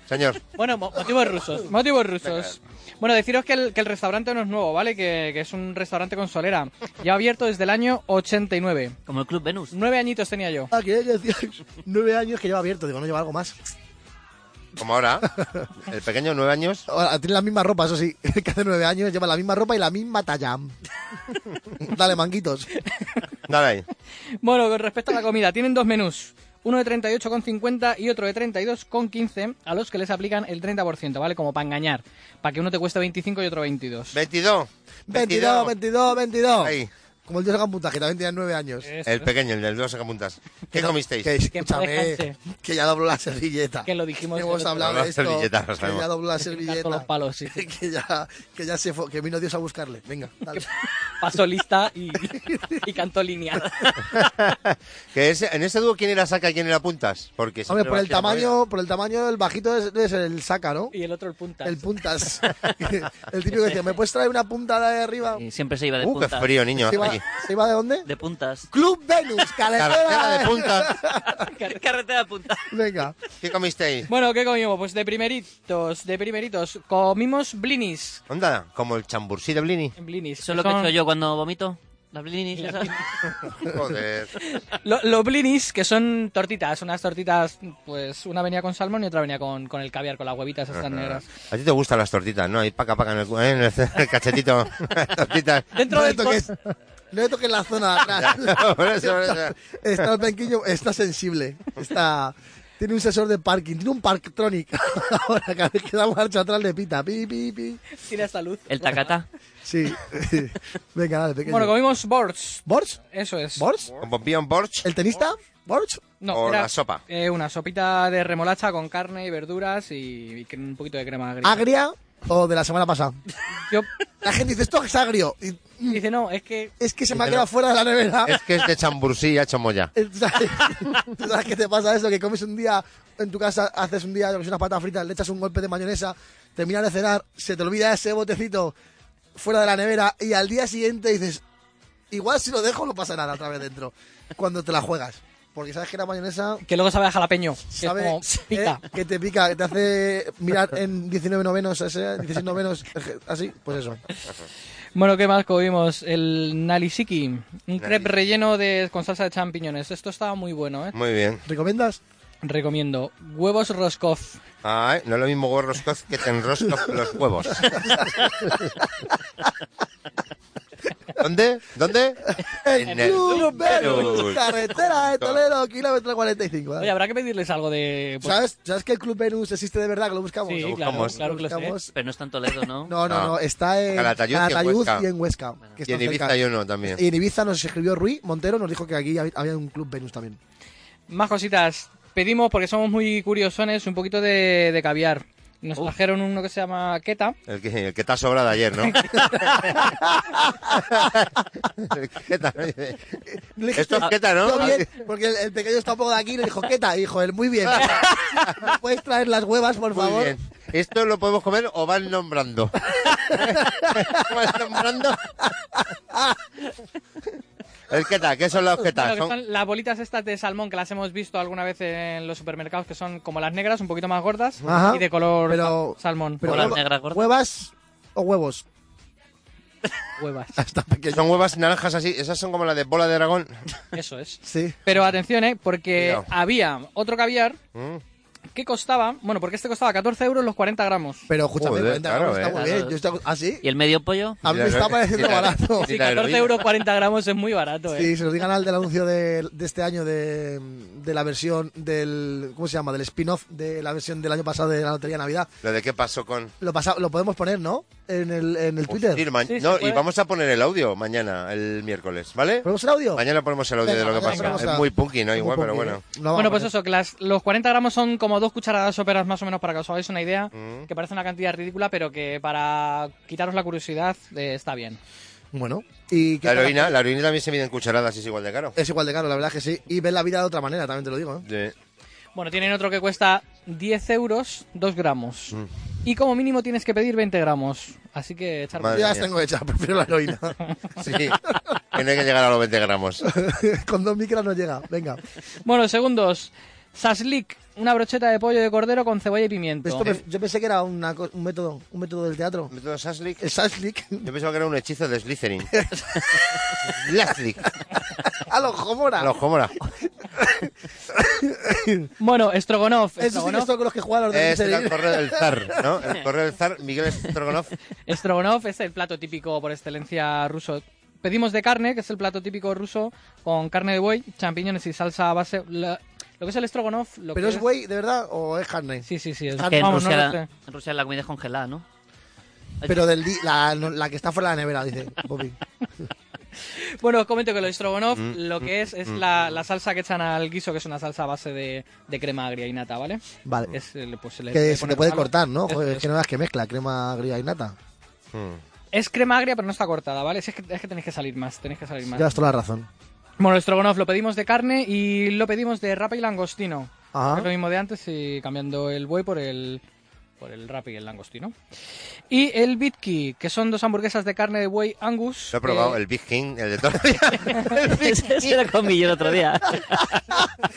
[SPEAKER 3] Señor,
[SPEAKER 6] Bueno, mo- motivos rusos. Motivos rusos. Bueno, deciros que el, que el restaurante no es nuevo, ¿vale? Que, que es un restaurante con solera. Ya abierto desde el año 89.
[SPEAKER 7] Como el Club Venus.
[SPEAKER 6] Nueve añitos tenía yo.
[SPEAKER 2] Ah, que yo decía, nueve años que lleva abierto. Digo, no lleva algo más.
[SPEAKER 3] como ahora, el pequeño, nueve años,
[SPEAKER 2] Ahora, tiene la misma ropa, eso sí. Que hace nueve años lleva la misma ropa y la misma talla. dale, manguitos.
[SPEAKER 3] dale ahí.
[SPEAKER 6] Bueno, con respecto a la comida, tienen dos menús. Uno de 38,50 y otro de 32,15 a los que les aplican el 30%, ¿vale? Como para engañar. Para que uno te cueste 25 y otro 22.
[SPEAKER 3] 22.
[SPEAKER 2] 22, 22, 22.
[SPEAKER 3] Ahí.
[SPEAKER 2] Como el dios Sacapuntas, que también tenía nueve años.
[SPEAKER 6] Eso,
[SPEAKER 3] El pequeño, el del dos sacapuntas. ¿Qué
[SPEAKER 2] Que no-
[SPEAKER 3] comisteis?
[SPEAKER 2] Que,
[SPEAKER 6] Que en paz
[SPEAKER 2] escúchame,
[SPEAKER 6] descanse.
[SPEAKER 2] que ya dobló la servilleta.
[SPEAKER 6] Que lo dijimos el
[SPEAKER 2] Hemos
[SPEAKER 6] otro
[SPEAKER 2] hablado
[SPEAKER 3] día.
[SPEAKER 2] de esto.
[SPEAKER 3] La servilleta, lo
[SPEAKER 2] que
[SPEAKER 3] sabemos.
[SPEAKER 2] ya dobló la
[SPEAKER 6] Con los
[SPEAKER 2] servilleta.
[SPEAKER 6] palos, sí, sí.
[SPEAKER 2] que, ya, que ya se fue, que vino Dios a buscarle. Venga, dale.
[SPEAKER 6] Pasó lista y, y cantó línea.
[SPEAKER 3] que ese- en ese dúo, ¿quién era saca y quién era puntas? Porque
[SPEAKER 2] Hombre,
[SPEAKER 3] siempre
[SPEAKER 2] por
[SPEAKER 3] va
[SPEAKER 2] el
[SPEAKER 3] haciendo
[SPEAKER 2] tamaño, por el tamaño del bajito es, es el saca, ¿no?
[SPEAKER 6] Y el otro el punta.
[SPEAKER 2] El puntas. el típico que decía, ¿me puedes traer una punta de arriba?
[SPEAKER 7] Y siempre se iba de
[SPEAKER 3] movida. Uh, qué
[SPEAKER 7] puntas.
[SPEAKER 3] frío, niño.
[SPEAKER 2] ¿Se iba,
[SPEAKER 3] Aquí.
[SPEAKER 2] se iba de dónde?
[SPEAKER 7] De puntas.
[SPEAKER 2] Club Venus,
[SPEAKER 3] Carretera de
[SPEAKER 2] caletera.
[SPEAKER 3] puntas.
[SPEAKER 7] Carretera de puntas.
[SPEAKER 2] Venga.
[SPEAKER 3] ¿Qué comisteis?
[SPEAKER 6] Bueno, ¿qué comimos? Pues de primeritos, de primeritos. Comimos blinis.
[SPEAKER 3] Onda, como el chambursí de Blini.
[SPEAKER 6] Blinis.
[SPEAKER 7] Eso es lo que he
[SPEAKER 6] son-
[SPEAKER 7] hecho yo cuando vomito. Las blinis,
[SPEAKER 6] Las
[SPEAKER 7] esas.
[SPEAKER 3] Joder.
[SPEAKER 6] Lo- los blinis, que son tortitas, unas tortitas, pues una venía con salmón y otra venía con, con el caviar, con las huevitas estas negras.
[SPEAKER 3] A ti te gustan las tortitas, ¿no? Ahí paca paca en el, cu- ¿eh? en el, el cachetito. tortitas.
[SPEAKER 2] no le toques, no le toques la zona de atrás.
[SPEAKER 3] Por eso, por eso.
[SPEAKER 2] Está, está el banquillo, está sensible. Está, tiene un sensor de parking, tiene un parktronic. Ahora cada vez que da marcha atrás le pita. Pi, pi, pi.
[SPEAKER 6] Tiene esta luz.
[SPEAKER 7] El tacata.
[SPEAKER 2] Sí. Venga, dale, pequeño.
[SPEAKER 6] Bueno, comimos borch.
[SPEAKER 2] ¿Borch?
[SPEAKER 6] Eso es.
[SPEAKER 2] ¿Borch?
[SPEAKER 3] ¿Con Pompío en Borch?
[SPEAKER 2] ¿El tenista? ¿Borch?
[SPEAKER 6] No,
[SPEAKER 3] ¿O
[SPEAKER 6] era,
[SPEAKER 3] la sopa?
[SPEAKER 6] eh, una sopita de remolacha con carne y verduras y, y cre- un poquito de crema agria.
[SPEAKER 2] ¿Agria o de la semana pasada?
[SPEAKER 6] Yo,
[SPEAKER 2] La gente dice, esto es agrio. Y
[SPEAKER 6] dice, no, es que
[SPEAKER 2] es que se me ha
[SPEAKER 3] Pero-
[SPEAKER 2] quedado fuera de la nevera.
[SPEAKER 3] Es que es de chambursí hecho moya.
[SPEAKER 2] Eh, ¿Tú sabes, tú sabes qué te pasa eso? Que comes un día en tu casa, haces un día yo que sé, unas patatas fritas, le echas un golpe de mayonesa, terminas de cenar, se te olvida ese botecito fuera de la nevera y al día siguiente dices, igual si lo dejo no pasa nada otra vez dentro, cuando te la juegas. Porque sabes que la mayonesa
[SPEAKER 6] que luego sabe a jalapeño. Que es
[SPEAKER 2] sabe
[SPEAKER 6] como pica.
[SPEAKER 2] eh, que te pica, que te hace mirar en 19 novenos, ese, 16 novenos, así, pues eso.
[SPEAKER 6] Bueno, ¿qué más comimos? El nalisiki, un crepe
[SPEAKER 3] Nalisiki.
[SPEAKER 6] relleno de, con salsa de champiñones. Esto estaba muy bueno, ¿eh?
[SPEAKER 3] Muy bien.
[SPEAKER 2] ¿Recomiendas?
[SPEAKER 6] Recomiendo. Huevos Roscoff.
[SPEAKER 3] Ay, no es lo mismo huevo roscoz que te enrosco los huevos. ¿Dónde? ¿Dónde? En el
[SPEAKER 2] Club
[SPEAKER 3] Verus.
[SPEAKER 2] Verus, carretera de Toledo, kilómetro 45. dale.
[SPEAKER 6] Oye, habrá que pedirles algo de... pues,
[SPEAKER 2] ¿Sabes, ¿Sabes que el Club Venus existe de verdad? Que lo buscamos.
[SPEAKER 6] Sí,
[SPEAKER 3] Lo
[SPEAKER 6] claro,
[SPEAKER 3] buscamos.
[SPEAKER 6] claro que lo sé.
[SPEAKER 2] Buscamos.
[SPEAKER 7] Pero no es tan Toledo, ¿no?
[SPEAKER 2] No, no,
[SPEAKER 3] Ah.
[SPEAKER 2] no. Está en
[SPEAKER 3] Calatayud y en
[SPEAKER 2] Calatayud
[SPEAKER 3] Huesca.
[SPEAKER 2] y en Huesca. que
[SPEAKER 3] Y en
[SPEAKER 2] están
[SPEAKER 3] Ibiza
[SPEAKER 2] cerca.
[SPEAKER 3] hay uno también.
[SPEAKER 2] Y en Ibiza nos escribió Rui Montero, nos dijo que aquí hab- había un Club Venus también.
[SPEAKER 6] Más cositas. Pedimos, porque somos muy curiosones, un poquito de, de caviar. Nos trajeron uno que se llama Keta.
[SPEAKER 3] El que, el que te ha sobrado ayer, ¿no? El que te-
[SPEAKER 2] Le dije,
[SPEAKER 3] Esto es queta,
[SPEAKER 2] "Yo
[SPEAKER 3] ¿no?
[SPEAKER 2] bien", porque el, el pequeño está un poco de aquí y le dijo, queta, y dijo él, muy bien. ¿Me puedes traer las huevas, por
[SPEAKER 3] Muy
[SPEAKER 2] favor?
[SPEAKER 3] bien. ¿Esto lo podemos comer o van nombrando? ¿Van nombrando? El queta, ¿qué son los
[SPEAKER 6] Bueno,
[SPEAKER 3] quetas?
[SPEAKER 6] que
[SPEAKER 3] Son-
[SPEAKER 6] están las bolitas estas de salmón que las hemos visto alguna vez en los supermercados, que son como las negras, un poquito más gordas
[SPEAKER 2] Ajá.
[SPEAKER 6] y de color
[SPEAKER 2] Pero-
[SPEAKER 6] salmón.
[SPEAKER 2] Pero
[SPEAKER 7] Hola,
[SPEAKER 2] hueva-
[SPEAKER 7] negra gorda.
[SPEAKER 2] ¿Huevas o huevos?
[SPEAKER 6] Huevas.
[SPEAKER 3] que son huevas naranjas así, esas son como las de bola de dragón.
[SPEAKER 6] Eso es.
[SPEAKER 2] Sí.
[SPEAKER 6] Pero atención, ¿eh? Porque
[SPEAKER 3] Cuidado.
[SPEAKER 6] había otro caviar
[SPEAKER 3] Mm.
[SPEAKER 6] que costaba, bueno, porque este costaba 14 euros los 40 gramos.
[SPEAKER 2] Pero escúchame,
[SPEAKER 3] Joder,
[SPEAKER 2] 40
[SPEAKER 3] claro,
[SPEAKER 2] gramos está
[SPEAKER 3] eh.
[SPEAKER 2] muy bien. Yo estaba- ¿Ah, sí?
[SPEAKER 7] ¿Y el medio pollo?
[SPEAKER 2] A mí
[SPEAKER 3] Y
[SPEAKER 2] me
[SPEAKER 3] la-
[SPEAKER 2] está
[SPEAKER 3] y
[SPEAKER 2] pareciendo
[SPEAKER 3] la-
[SPEAKER 2] barato.
[SPEAKER 3] y
[SPEAKER 6] Sí,
[SPEAKER 3] la
[SPEAKER 6] 14
[SPEAKER 3] heroína.
[SPEAKER 6] euros 40 gramos es muy barato, ¿eh?
[SPEAKER 2] Sí, se lo digan al del anuncio de, de este año de, de la versión del. ¿Cómo se llama? Del spin-off de la versión del año pasado de la Lotería de Navidad.
[SPEAKER 3] Lo de qué pasó con...
[SPEAKER 2] Lo, pasa- lo podemos poner, ¿no? En el, en el Twitter.
[SPEAKER 3] Ir ma-
[SPEAKER 6] Sí, se
[SPEAKER 3] no, y
[SPEAKER 6] puede.
[SPEAKER 3] vamos a poner el audio mañana, el miércoles, ¿vale?
[SPEAKER 2] ¿Ponemos el audio?
[SPEAKER 3] Mañana ponemos el audio
[SPEAKER 2] Venga,
[SPEAKER 3] de lo que
[SPEAKER 2] mañana
[SPEAKER 3] pasa.
[SPEAKER 2] ponemos
[SPEAKER 3] Es
[SPEAKER 2] el-
[SPEAKER 3] muy punky, ¿no?
[SPEAKER 2] Muy
[SPEAKER 3] Igual, pero
[SPEAKER 2] punky,
[SPEAKER 3] bueno.
[SPEAKER 2] ¿eh? Lo vamos
[SPEAKER 6] Bueno,
[SPEAKER 2] a
[SPEAKER 6] pues
[SPEAKER 2] poner.
[SPEAKER 6] eso, que las, los 40 gramos son como dos cucharadas soperas más o menos para que os hagáis una idea, que parece una cantidad ridícula, pero que para quitaros la curiosidad eh, está bien.
[SPEAKER 2] Bueno, y que
[SPEAKER 3] La heroína, la heroína también se mide en cucharadas y es igual de caro.
[SPEAKER 2] es igual de caro, la verdad es que sí. Y ves la vida de otra manera, también te lo digo. ¿eh?
[SPEAKER 3] De-
[SPEAKER 6] Bueno, tienen otro que cuesta 10 euros, 2 gramos.
[SPEAKER 2] Mm.
[SPEAKER 6] Y como mínimo tienes que pedir 20 gramos. Así que echar
[SPEAKER 3] Madre
[SPEAKER 2] Yo ya las
[SPEAKER 3] mía.
[SPEAKER 2] tengo hechas, prefiero la heroína.
[SPEAKER 3] Sí, que no hay que llegar a los 20 gramos.
[SPEAKER 2] Con dos micras no llega, venga.
[SPEAKER 6] Bueno, segundos. Saslik, una brocheta de pollo de cordero con cebolla y pimiento.
[SPEAKER 2] Esto me- yo pensé que era una co- un, método, un método del teatro.
[SPEAKER 3] ¿Método Saslik?
[SPEAKER 2] El Saslik.
[SPEAKER 3] Yo pensaba que era un hechizo de Slytherin. Slytherin.
[SPEAKER 2] A los Homora.
[SPEAKER 3] A los Homora.
[SPEAKER 6] Bueno,
[SPEAKER 2] Eso
[SPEAKER 6] Strogonoff.
[SPEAKER 2] sí que
[SPEAKER 6] Strogonoff,
[SPEAKER 2] son con los que juegan los de
[SPEAKER 3] Pues Este era el
[SPEAKER 2] Michelin.
[SPEAKER 3] correo del zar, ¿no? El correo del zar, Miguel Strogonoff.
[SPEAKER 6] Strogonoff es el plato típico por excelencia ruso. Pedimos de carne, que es el plato típico ruso, con carne de buey, champiñones y salsa a base. la- lo que es el Strogonoff. Lo
[SPEAKER 2] ¿Pero
[SPEAKER 6] que
[SPEAKER 2] es güey de verdad o es carne?
[SPEAKER 6] Sí, sí, sí. es-
[SPEAKER 2] Ah,
[SPEAKER 7] Que en,
[SPEAKER 6] vamos, no
[SPEAKER 7] Rusia,
[SPEAKER 6] lo sé.
[SPEAKER 7] en Rusia la comida es congelada, ¿no?
[SPEAKER 2] Pero del di- la, no, la que está fuera de la nevera, dice Bobby.
[SPEAKER 6] Bueno, os comento que lo de Strogonoff,
[SPEAKER 3] Mm,
[SPEAKER 6] lo que es, es la, la salsa que echan al guiso, que es una salsa a base de, de crema agria y nata, ¿vale?
[SPEAKER 3] Mm.
[SPEAKER 2] Vale.
[SPEAKER 6] Es, eh, pues, le- le
[SPEAKER 2] que se
[SPEAKER 6] pone
[SPEAKER 2] te puede
[SPEAKER 6] rosado.
[SPEAKER 2] cortar, ¿no?
[SPEAKER 6] Eso
[SPEAKER 2] Joder,
[SPEAKER 6] es.
[SPEAKER 2] que no veas que mezcla crema agria y nata.
[SPEAKER 6] Es crema agria, pero no está cortada, ¿vale? Si es, que, es que tenéis que salir más, tenéis que salir más.
[SPEAKER 2] Llevas toda la razón.
[SPEAKER 6] Bueno, el Strogonoff lo pedimos de carne y lo pedimos de rapa y langostino.
[SPEAKER 2] Ajá.
[SPEAKER 6] Es lo mismo de antes y cambiando el buey por el por el rap y el langostino. Y el Bitki, que son dos hamburguesas de carne de buey Angus.
[SPEAKER 3] Lo he probado,
[SPEAKER 6] eh,
[SPEAKER 3] el Big King, el de todo el día.
[SPEAKER 7] Ese era con el otro día.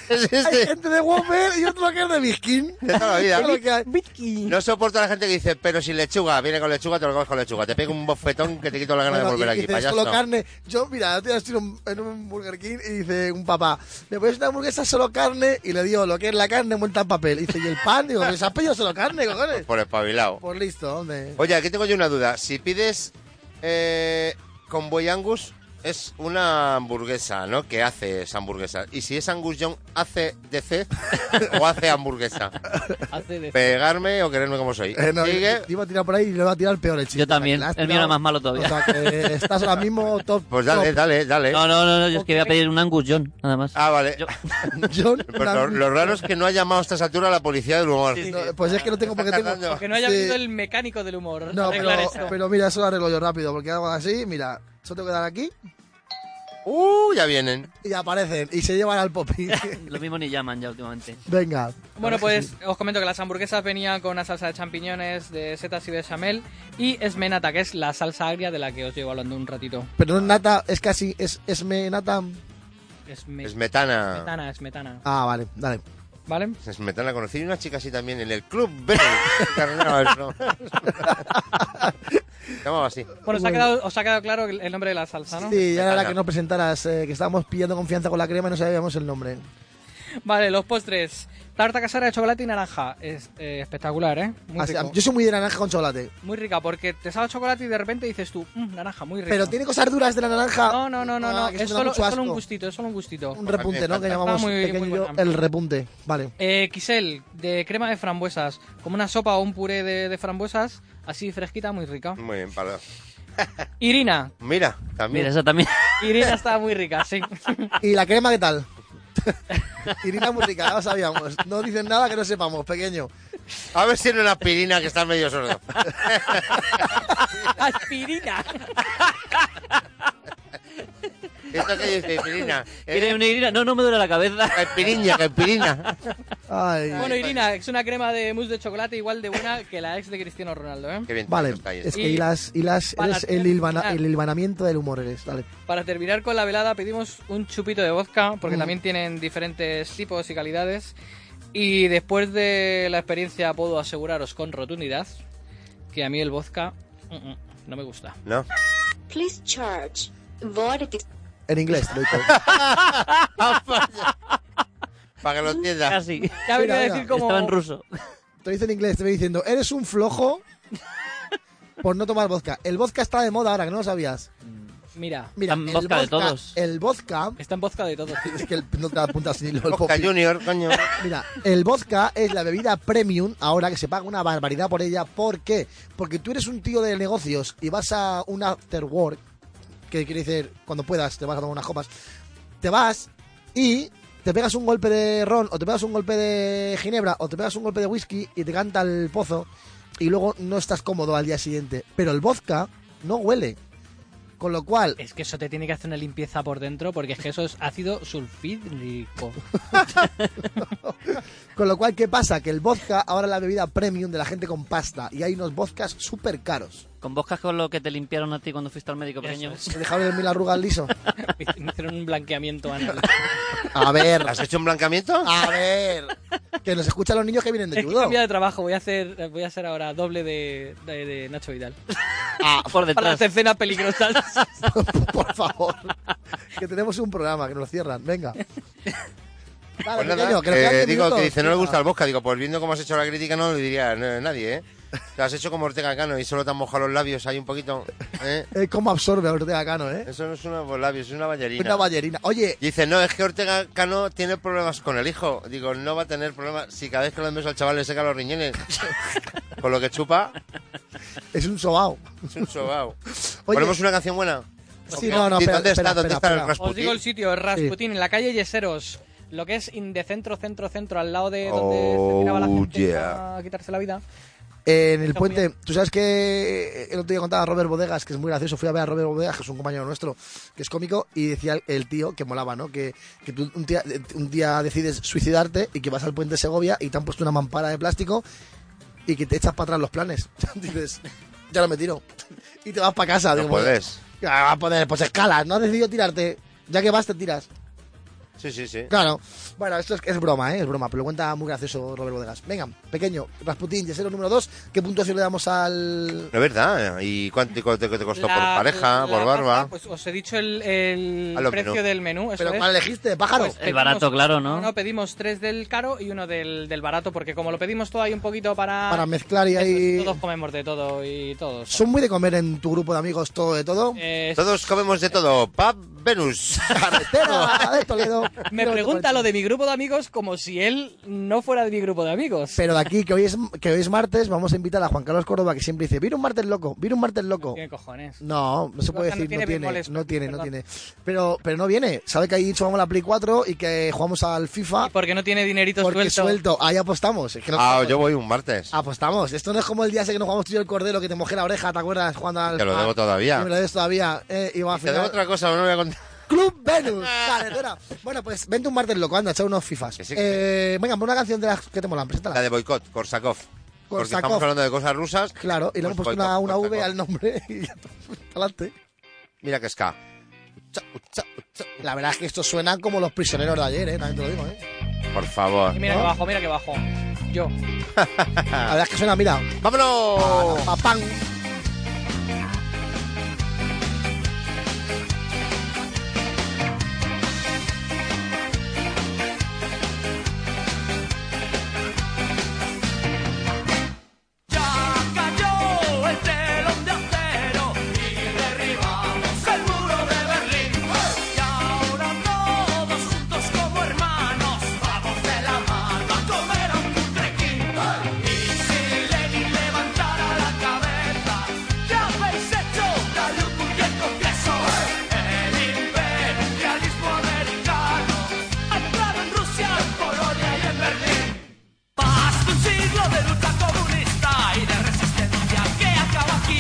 [SPEAKER 2] Hay gente de Whopper y otro que es de Biskin.
[SPEAKER 3] De toda la vida. No soporto a la gente que dice, pero sin lechuga, viene con lechuga, te lo comes con lechuga. Te pego un bofetón que te quito la gana de volver aquí,
[SPEAKER 2] dices,
[SPEAKER 3] payaso.
[SPEAKER 2] solo carne. Yo, mira, yo estoy en un- en un Burger King y dice un papá, ¿me pones una hamburguesa solo carne? Y le digo lo que es la carne vuelta en papel. Y dice, ¿y el pan? Digo, ¿me has pedido solo carne, cojones?
[SPEAKER 3] Por espabilado.
[SPEAKER 2] Pues listo, hombre.
[SPEAKER 3] Oye, aquí tengo yo una duda. Si pides eh, con buey Angus, es una hamburguesa, ¿no? Que hace esa hamburguesa. Y si es Angus John, ¿hace DC o hace hamburguesa?
[SPEAKER 6] hace de-
[SPEAKER 3] ¿Pegarme o quererme como soy?
[SPEAKER 2] Eh, no,
[SPEAKER 3] Sigue.
[SPEAKER 2] te iba a tirar por ahí y le va a tirar peor el chiste.
[SPEAKER 7] Yo también. El mío era más malo
[SPEAKER 2] O
[SPEAKER 7] todavía.
[SPEAKER 2] sea, que estás ahora mismo top.
[SPEAKER 3] Pues dale,
[SPEAKER 2] top.
[SPEAKER 3] dale, dale.
[SPEAKER 7] No, no, no, no, yo es que voy a pedir un Angus John, nada más.
[SPEAKER 3] Ah, vale.
[SPEAKER 7] Yo-
[SPEAKER 2] John,
[SPEAKER 3] Pues lo, lo raro es que no ha llamado a esta altura a la policía del humor.
[SPEAKER 7] Sí, sí.
[SPEAKER 2] No, pues es que no tengo porque tengo.
[SPEAKER 3] Tardando.
[SPEAKER 6] Que no haya
[SPEAKER 2] Sí.
[SPEAKER 6] sido el mecánico del humor.
[SPEAKER 2] No, pero,
[SPEAKER 6] arreglar esto.
[SPEAKER 2] pero mira, eso lo arreglo yo rápido, porque hago así, mira, yo tengo que dar aquí
[SPEAKER 3] Uh, ya vienen.
[SPEAKER 2] y aparecen y se llevan al popi.
[SPEAKER 7] Lo mismo ni llaman ya últimamente.
[SPEAKER 2] Venga.
[SPEAKER 6] Bueno, pues os comento que las hamburguesas venían con una salsa de champiñones, de setas y bechamel y esmenata, que es la salsa agria de la que os llevo hablando un ratito.
[SPEAKER 2] Pero no es nata, es casi, es, es me nata.
[SPEAKER 6] Esme-
[SPEAKER 3] Es metana.
[SPEAKER 6] Esmetana, esmetana.
[SPEAKER 2] Ah, vale, dale.
[SPEAKER 6] ¿Vale?
[SPEAKER 3] Es metana. Conocí una chica así también en el club. Bell. No, no. Se Llamaba así.
[SPEAKER 6] Bueno, ¿os ha, quedado, os ha quedado claro el el nombre de la salsa, Ah, ¿no?
[SPEAKER 2] Sí, ya era la
[SPEAKER 3] Nata.
[SPEAKER 2] que nos presentaras, eh, que estábamos pillando confianza con la crema y no sabíamos el nombre.
[SPEAKER 6] Vale, los postres. Tarta casera de chocolate y naranja. Es eh, espectacular, ¿eh? Muy
[SPEAKER 2] Así,
[SPEAKER 6] rico.
[SPEAKER 2] yo soy muy de naranja con chocolate.
[SPEAKER 6] Muy rica, porque te sabe a chocolate y de repente dices tú, "Mm, naranja, muy rica.
[SPEAKER 2] Pero tiene cosas duras de la naranja.
[SPEAKER 6] No, no, no, no,
[SPEAKER 2] Ah,
[SPEAKER 6] no.
[SPEAKER 2] que eso
[SPEAKER 6] Es
[SPEAKER 2] me da
[SPEAKER 6] solo,
[SPEAKER 2] mucho
[SPEAKER 6] es solo un
[SPEAKER 2] asco.
[SPEAKER 6] gustito, es solo un gustito.
[SPEAKER 2] Un repunte, ¿no? Que llamamos
[SPEAKER 6] Está muy-
[SPEAKER 2] pequeño
[SPEAKER 6] muy
[SPEAKER 2] yo,
[SPEAKER 6] buena.
[SPEAKER 2] el repunte. Vale.
[SPEAKER 6] Eh, Kisel, de crema de frambuesas, como una sopa o un puré de, de frambuesas, así fresquita, muy rica.
[SPEAKER 3] Muy bien, para.
[SPEAKER 6] Irina,
[SPEAKER 3] Mira, también.
[SPEAKER 7] Mira, esa también.
[SPEAKER 6] Irina está muy rica, sí.
[SPEAKER 2] ¿Y la crema qué tal? Irina muy rica, ya lo sabíamos. No dicen nada que no sepamos, pequeño.
[SPEAKER 3] A ver si era una aspirina que está medio sordo.
[SPEAKER 6] Aspirina.
[SPEAKER 3] Esto que dice aspirina.
[SPEAKER 7] ¿Quieres una Irina? No, no me duele la cabeza.
[SPEAKER 3] Aspirina, que aspirina.
[SPEAKER 2] Ay.
[SPEAKER 6] Bueno, Irina, es una crema de mousse de chocolate igual de buena que la ex de Cristiano Ronaldo, ¿eh?
[SPEAKER 3] Qué bien.
[SPEAKER 2] Vale,
[SPEAKER 3] está ahí.
[SPEAKER 2] es que
[SPEAKER 6] Y-
[SPEAKER 2] hilas, hilas,
[SPEAKER 6] Para
[SPEAKER 2] eres el,
[SPEAKER 6] terminar.
[SPEAKER 2] hilvana- el hilvanamiento del humor, eres. Dale.
[SPEAKER 6] Para terminar con la velada pedimos un chupito de vodka,
[SPEAKER 7] Mm.
[SPEAKER 6] porque también tienen diferentes tipos y calidades. Y después de la experiencia puedo aseguraros con rotundidad que a mí el vodka mm, mm, no me gusta.
[SPEAKER 3] ¿No?
[SPEAKER 11] Please charge. Vortex.
[SPEAKER 2] En inglés, te lo digo.
[SPEAKER 3] Para que lo entiendas.
[SPEAKER 7] Casi.
[SPEAKER 6] Ya venía
[SPEAKER 2] Mira,
[SPEAKER 6] a decir
[SPEAKER 2] mira,
[SPEAKER 6] como...
[SPEAKER 7] Estaba en ruso.
[SPEAKER 2] Te lo dice en inglés, te voy diciendo, eres un flojo por no tomar vodka. El vodka está de moda ahora, que no lo sabías.
[SPEAKER 6] Mira,
[SPEAKER 2] Mira,
[SPEAKER 7] Tan
[SPEAKER 2] el
[SPEAKER 7] vodka de todos.
[SPEAKER 2] El vodka.
[SPEAKER 6] está en vodka de todo.
[SPEAKER 2] Es que el- no te apuntas ni lo el
[SPEAKER 3] Boca
[SPEAKER 2] popi.
[SPEAKER 3] Junior, coño.
[SPEAKER 2] Mira, el vodka es la bebida premium ahora que se paga una barbaridad por ella. ¿Por qué? Porque tú eres un tío de negocios y vas a un after work, que quiere decir cuando puedas te vas a tomar unas copas, te vas y te pegas un golpe de ron o te pegas un golpe de ginebra o te pegas un golpe de whisky y te canta el pozo y luego no estás cómodo al día siguiente. Pero el vodka no huele. Con lo cual,
[SPEAKER 6] Es que eso te tiene que hacer una limpieza por dentro porque es que eso es ácido sulfídrico.
[SPEAKER 2] Con lo cual, ¿qué pasa? Que el vodka ahora es la bebida premium de la gente con pasta y hay unos vodkas súper caros.
[SPEAKER 7] Con boscas con lo que te limpiaron a ti cuando fuiste al médico pequeño.
[SPEAKER 2] ¿Me dejaron en mil arrugas liso?
[SPEAKER 6] Me hicieron un blanqueamiento anal.
[SPEAKER 2] A ver,
[SPEAKER 3] ¿Has hecho un Pues blanqueamiento?
[SPEAKER 2] a ver. Que nos escuchan los niños que vienen de
[SPEAKER 6] Es que he
[SPEAKER 2] judo.
[SPEAKER 6] cambiado de trabajo, voy a hacer, voy a hacer ahora doble de, de- de Nacho Vidal.
[SPEAKER 7] Ah, Por
[SPEAKER 6] Para
[SPEAKER 7] detrás.
[SPEAKER 6] las escenas peligrosas.
[SPEAKER 2] Por favor. Que tenemos un programa, que nos cierran. Venga. Vale,
[SPEAKER 3] Pues nada,
[SPEAKER 2] pequeño, que nos quedan
[SPEAKER 3] eh,
[SPEAKER 2] diez
[SPEAKER 3] digo que
[SPEAKER 2] minutos.
[SPEAKER 3] dice, no le gusta el bosca. Digo, pues viendo cómo has hecho la crítica, no lo diría eh, nadie, ¿eh? Te has hecho como Ortega Cano y solo te han mojado los labios ahí un poquito. ¿eh?
[SPEAKER 2] Eh, ¿Cómo absorbe a Ortega Cano, eh?
[SPEAKER 3] Eso no es unos labios, es una
[SPEAKER 2] Es
[SPEAKER 3] ballerina.
[SPEAKER 2] una ballerina. Oye,
[SPEAKER 3] Y Dice, no, es que Ortega Cano tiene problemas con el hijo. Digo, no va a tener problemas si cada vez que lo beso al chaval le seca los riñones. con lo que chupa,
[SPEAKER 2] es un sobao.
[SPEAKER 3] es un sobao.
[SPEAKER 2] Oye.
[SPEAKER 3] ¿Ponemos una canción buena?
[SPEAKER 2] Sí, no, no,
[SPEAKER 3] ¿Y
[SPEAKER 2] espera,
[SPEAKER 3] ¿Dónde
[SPEAKER 2] espera,
[SPEAKER 3] está? ¿Dónde
[SPEAKER 2] espera,
[SPEAKER 3] está el
[SPEAKER 2] espera.
[SPEAKER 6] Os
[SPEAKER 3] Rasputin?
[SPEAKER 6] digo el sitio, es Rasputin, en la calle Yeseros. Lo que es Indecentro, centro, centro, al lado de donde se
[SPEAKER 3] Oh,
[SPEAKER 6] tiraba la gente
[SPEAKER 3] yeah.
[SPEAKER 6] a quitarse la vida.
[SPEAKER 2] En el
[SPEAKER 6] Está
[SPEAKER 2] puente, tú sabes que eh, el otro día contaba a Robert Bodegas, que es muy gracioso, fui a ver a Robert Bodegas, que es un compañero nuestro, que es cómico, y decía el, el tío que molaba, ¿no? Que, que tú un día, un día decides suicidarte y que vas al puente Segovia y te han puesto una mampara de plástico y que te echas para atrás los planes. Dices, ya no me tiro. Y te vas para casa.
[SPEAKER 3] No
[SPEAKER 2] digo,
[SPEAKER 3] puedes.
[SPEAKER 2] "Ya vas a poder, pues escalas, no has decidido tirarte. Ya que vas, te tiras.
[SPEAKER 3] Sí, sí, sí.
[SPEAKER 2] Claro. Bueno, esto es, es broma, ¿eh? es broma, pero lo cuenta muy gracioso Robert Bodegas. Venga, pequeño, Rasputín, Yesero número 2, ¿qué puntuación le damos al...?
[SPEAKER 3] Es verdad. ¿Y cuánto y cuánto te costó Pues por
[SPEAKER 6] La-
[SPEAKER 3] pareja,
[SPEAKER 6] la
[SPEAKER 3] por barba?
[SPEAKER 6] pasta, pues os he dicho el, el
[SPEAKER 3] A lo
[SPEAKER 6] precio
[SPEAKER 3] menú.
[SPEAKER 6] del menú. eso
[SPEAKER 2] ¿Pero
[SPEAKER 6] es.
[SPEAKER 2] cuál elegiste, pájaro?
[SPEAKER 6] Pues
[SPEAKER 7] El
[SPEAKER 6] pedimos-
[SPEAKER 7] barato, claro, ¿no?
[SPEAKER 6] No, pedimos tres del caro y uno del, del barato, porque como lo pedimos todo ahí un poquito para...
[SPEAKER 2] Para mezclar y
[SPEAKER 6] Eso es,
[SPEAKER 2] ahí-
[SPEAKER 6] Todos comemos de todo y todos.
[SPEAKER 2] ¿Son muy de comer en tu grupo de amigos todo de todo?
[SPEAKER 6] Eh,
[SPEAKER 3] Todos comemos de todo. Pap Venus.
[SPEAKER 2] Carretera de Toledo.
[SPEAKER 6] Me
[SPEAKER 2] No,
[SPEAKER 6] pregunta lo de mi grupo de amigos como si él no fuera de mi grupo de amigos.
[SPEAKER 2] Pero de aquí, que hoy, es, que hoy es martes, vamos a invitar a Juan Carlos Córdoba, que siempre dice, vino un martes loco, vino un martes loco.
[SPEAKER 6] ¿Qué cojones?
[SPEAKER 2] No, no se puede
[SPEAKER 6] No
[SPEAKER 2] decir,
[SPEAKER 6] tiene
[SPEAKER 2] no tiene,
[SPEAKER 6] bemoles,
[SPEAKER 2] no tiene, no
[SPEAKER 6] perdón.
[SPEAKER 2] tiene. Pero, pero no viene, sabe que ahí dicho vamos a la Play 4 y que jugamos al FIFA.
[SPEAKER 6] Porque no tiene dinerito
[SPEAKER 2] Porque
[SPEAKER 6] suelto.
[SPEAKER 2] suelto, ahí apostamos. es que no-
[SPEAKER 3] Ah, yo voy un martes.
[SPEAKER 2] Apostamos. Esto no es como el día ese que nos jugamos tú y yo el cordero que te mojé la oreja, ¿te acuerdas? Jugando al.
[SPEAKER 3] Te lo
[SPEAKER 2] al-
[SPEAKER 3] debo todavía.
[SPEAKER 2] Y me lo debes todavía. Eh, y va a
[SPEAKER 3] Te debo
[SPEAKER 2] final-
[SPEAKER 3] otra cosa, no voy a contar.
[SPEAKER 2] Club Venus, carretera. Bueno, pues vente un martes loco, anda, echar unos FIFAs.
[SPEAKER 3] Que sí,
[SPEAKER 2] Eh, venga, pon una canción de las que te molan, preséntala.
[SPEAKER 3] La de boicot, Korsakov. Porque
[SPEAKER 2] Korsakov.
[SPEAKER 3] estamos hablando de cosas rusas. Pues
[SPEAKER 2] Claro, y le hemos puesto
[SPEAKER 3] boicot,
[SPEAKER 2] una, una V
[SPEAKER 3] Korsakov.
[SPEAKER 2] al nombre y ya está. Adelante.
[SPEAKER 3] Mira que es K.
[SPEAKER 2] La verdad es que esto suena como los prisioneros de ayer, eh, también te lo digo, eh.
[SPEAKER 3] Por favor.
[SPEAKER 6] Y mira que bajo, mira que bajo. Yo.
[SPEAKER 3] Ah.
[SPEAKER 2] La verdad es que suena, mira.
[SPEAKER 3] ¡Vámonos!
[SPEAKER 2] Papán.
[SPEAKER 8] Cayó el telón de acero y derribamos el muro de Berlín. Y ahora todos juntos como hermanos vamos de la mano a comer a un cutrequín. Y si Lenin levantara la cabeza, ya habéis hecho la luz y el Congreso. El imperialismo americano ha entrado en Rusia, en Polonia y en Berlín. Más de un siglo de lucha comunista y de resistencia que acaba aquí.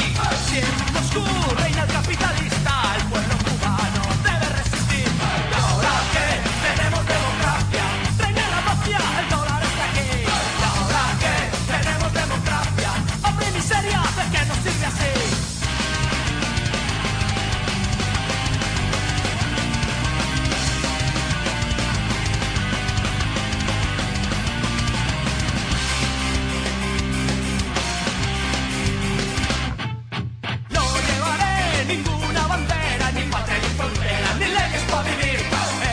[SPEAKER 8] Siendo oscuro reina el capitalista, el pueblo cubano debe resistir. Y ahora que tenemos democracia, reina la mafia, el dólar está aquí. Y ahora que tenemos democracia, hambre y miseria, ¿de qué nos sirve así? No llevaré ninguna bandera, ni patria ni frontera, ni leyes para vivir.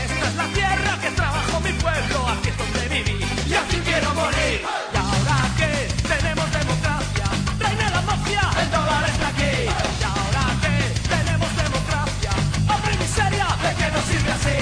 [SPEAKER 8] Esta es la tierra que trabajo mi pueblo, aquí es donde viví y aquí quiero morir. Y ahora que tenemos democracia, reina la mafia, el dólar está aquí. Y ahora que tenemos democracia, hambre y miseria, ¿de qué nos sirve así?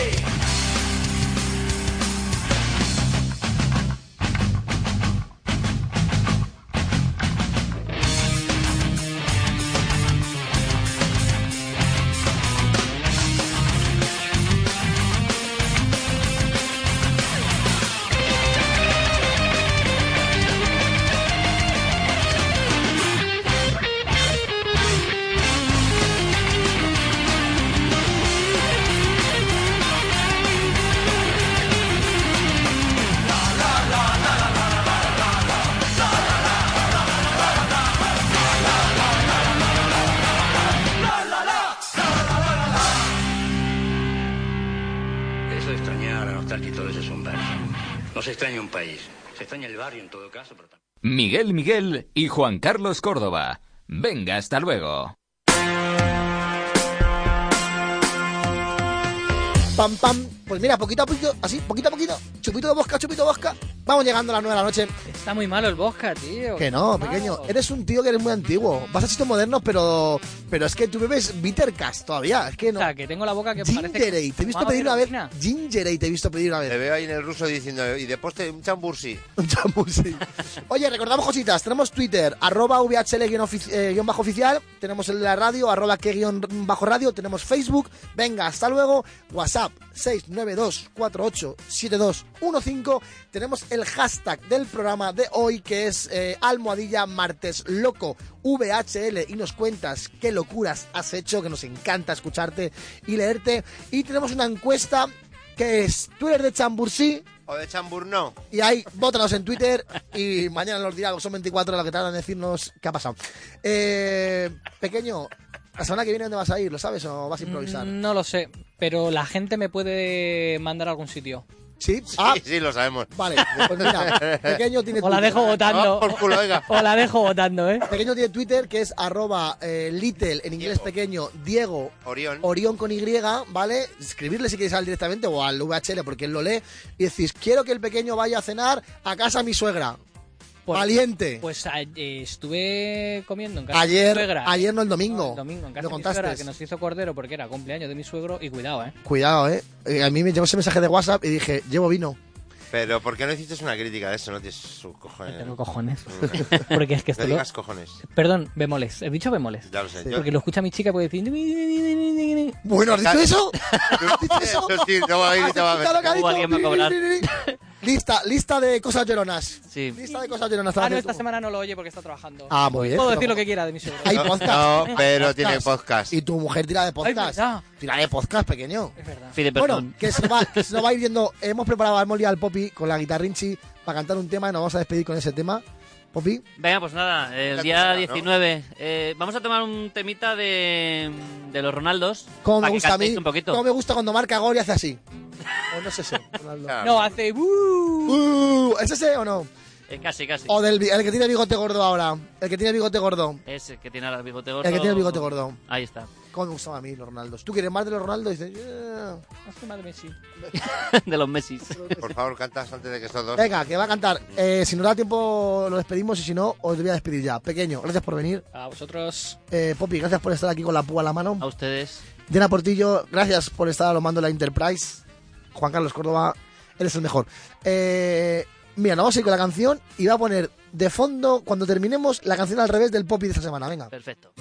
[SPEAKER 12] Eso de extrañar a nostalgia y todo eso es un verso. No se extraña un país. Se extraña el barrio en todo caso, pero también.
[SPEAKER 10] Miguel Miguel y Juan Carlos Córdoba. Venga, hasta luego.
[SPEAKER 2] Pam, pam. Pues mira, poquito a poquito, así, poquito a poquito, chupito de bosca, chupito de bosca. Vamos llegando a las 9 de la noche.
[SPEAKER 6] Está muy malo el bosca, tío.
[SPEAKER 2] Que no, pequeño. Eres un tío que eres muy antiguo. Vas a sitios modernos, pero. Pero es que tú bebes Bittercast todavía. Es que no.
[SPEAKER 6] O sea, que tengo la boca que parece... que
[SPEAKER 2] Gingerade, te he visto
[SPEAKER 6] fumaba
[SPEAKER 2] pedir una vez.
[SPEAKER 6] heroína.
[SPEAKER 2] Gingerade, te he visto pedir una
[SPEAKER 3] Te
[SPEAKER 2] vez.
[SPEAKER 3] veo ahí en el ruso diciendo, y de poste un chambursi.
[SPEAKER 2] Un champú, sí. Oye, recordamos cositas. Tenemos Twitter, arroba eh, VHL-oficial. Tenemos el de la radio, arroba que-radio. Tenemos Facebook. Venga, hasta luego. WhatsApp, 692-487215. Tenemos el hashtag del programa de hoy, que es eh, almohadilla martes loco. VHL y nos cuentas qué locuras has hecho, que nos encanta escucharte y leerte. Y tenemos una encuesta que es, ¿tú eres de Chambursí?
[SPEAKER 3] O de Chambur no.
[SPEAKER 2] Y ahí, vótanos en Twitter y mañana nos dirá, son 24 las que tardan en decirnos qué ha pasado. Eh, pequeño, la semana que viene, ¿dónde vas a ir? ¿Lo sabes o vas a improvisar?
[SPEAKER 6] Mm, No lo sé, pero la gente me puede mandar a algún sitio.
[SPEAKER 2] ¿Sí? Ah,
[SPEAKER 3] Sí, sí, lo sabemos.
[SPEAKER 2] Vale, pues mira, pequeño tiene
[SPEAKER 6] O la dejo votando. O la dejo votando, ¿eh?
[SPEAKER 2] Pequeño tiene Twitter que es arroba eh, little, en inglés pequeño, Diego
[SPEAKER 3] Orión.
[SPEAKER 2] con Y, ¿vale? Escribirle si queréis al directamente o al VHL porque él lo lee y decís, quiero que el pequeño vaya a cenar a casa de mi suegra.
[SPEAKER 6] Pues-
[SPEAKER 2] Valiente.
[SPEAKER 6] Pues a- eh, estuve comiendo en casa de mi
[SPEAKER 2] Ayer,
[SPEAKER 6] suegra.
[SPEAKER 2] ayer no el domingo.
[SPEAKER 6] No, el domingo en casa
[SPEAKER 2] lo
[SPEAKER 6] de mi
[SPEAKER 2] contaste.
[SPEAKER 6] suegra, que nos hizo cordero porque era cumpleaños de mi suegro y cuidado, ¿eh?
[SPEAKER 2] Cuidado, eh. Eh, A mí me llegó ese mensaje de WhatsApp y dije, llevo vino.
[SPEAKER 3] Pero ¿por qué no hiciste una crítica de eso? No tienes sus cojones.
[SPEAKER 2] Eh.
[SPEAKER 6] tengo cojones. Porque es que esto
[SPEAKER 3] No
[SPEAKER 6] lo-
[SPEAKER 3] digas cojones.
[SPEAKER 6] Perdón, bemoles. He dicho bemoles.
[SPEAKER 3] Ya lo sé,
[SPEAKER 6] Sí.
[SPEAKER 3] yo-
[SPEAKER 6] Porque lo escucha mi chica y puede decir...
[SPEAKER 2] Bueno, ¿has dicho eso?
[SPEAKER 3] Eso sí, no va a ir, no va a
[SPEAKER 2] ¿Has
[SPEAKER 3] ver.
[SPEAKER 2] escuchado Ah, lo que ha dicho?
[SPEAKER 7] alguien va a cobrar.
[SPEAKER 2] Lista, lista de cosas lloronas.
[SPEAKER 7] Sí.
[SPEAKER 2] Lista de cosas lloronas.
[SPEAKER 6] Ah, no,
[SPEAKER 2] Haces
[SPEAKER 6] esta
[SPEAKER 2] tú.
[SPEAKER 6] semana no lo oye porque está trabajando.
[SPEAKER 2] Ah, muy bien.
[SPEAKER 6] Puedo decir lo que quiera de mi suegro.
[SPEAKER 2] Hay
[SPEAKER 3] No,
[SPEAKER 2] podcast.
[SPEAKER 3] no, pero
[SPEAKER 2] Podcast.
[SPEAKER 3] tiene podcast.
[SPEAKER 2] Y tu mujer tira de podcast.
[SPEAKER 6] verdad. Eh,
[SPEAKER 2] tira de podcast, pequeño.
[SPEAKER 6] Es verdad.
[SPEAKER 7] Pide
[SPEAKER 2] Bueno,
[SPEAKER 7] perdón.
[SPEAKER 2] que se, nos va, que se nos va a ir viendo. Hemos preparado al Molly y al Poppy con la guitarrinchi para cantar un tema y nos vamos a despedir con ese tema. Poppy,
[SPEAKER 7] Venga, pues nada, el
[SPEAKER 3] Esta
[SPEAKER 7] día
[SPEAKER 3] semana, ¿no?
[SPEAKER 7] 19 eh, vamos a tomar un temita de, de los Ronaldos.
[SPEAKER 2] como me
[SPEAKER 7] para que
[SPEAKER 2] gusta a
[SPEAKER 7] cantéis
[SPEAKER 2] mí.
[SPEAKER 7] un poquito.
[SPEAKER 2] Como me gusta cuando marca gol y hace así. O no es ese. Ronaldo.
[SPEAKER 3] Claro.
[SPEAKER 6] No, hace... "Uh".
[SPEAKER 2] Uh, ¿Es ese o no?
[SPEAKER 7] Eh, casi, casi.
[SPEAKER 2] O del, bi- el que tiene bigote gordo ahora. El que tiene bigote gordo.
[SPEAKER 7] Es el que tiene ahora el bigote gordo.
[SPEAKER 2] El que tiene el bigote gordo.
[SPEAKER 7] Ahí está.
[SPEAKER 2] Cómo me gustan a mí los Ronaldos. ¿Tú quieres más de los Ronaldos? Dices, "Yeah".
[SPEAKER 6] Hace madre mía, sí.
[SPEAKER 7] de los Messis.
[SPEAKER 3] Por favor, cantas antes de que estos dos.
[SPEAKER 2] Venga, que va a cantar. Eh, si nos da tiempo, lo despedimos y si no, os voy a despedir ya. Pequeño, gracias por venir.
[SPEAKER 6] A vosotros...
[SPEAKER 2] Eh, Poppy, gracias por estar aquí con la púa en la mano.
[SPEAKER 7] A ustedes.
[SPEAKER 2] Diana Portillo, gracias por estar a los mandos de la Enterprise. Juan Carlos Córdoba, eres el mejor. Eh, mira, nos vamos a ir con la canción y va a poner de fondo, cuando terminemos, la canción al revés del Poppy de esta semana. Venga.
[SPEAKER 7] Perfecto.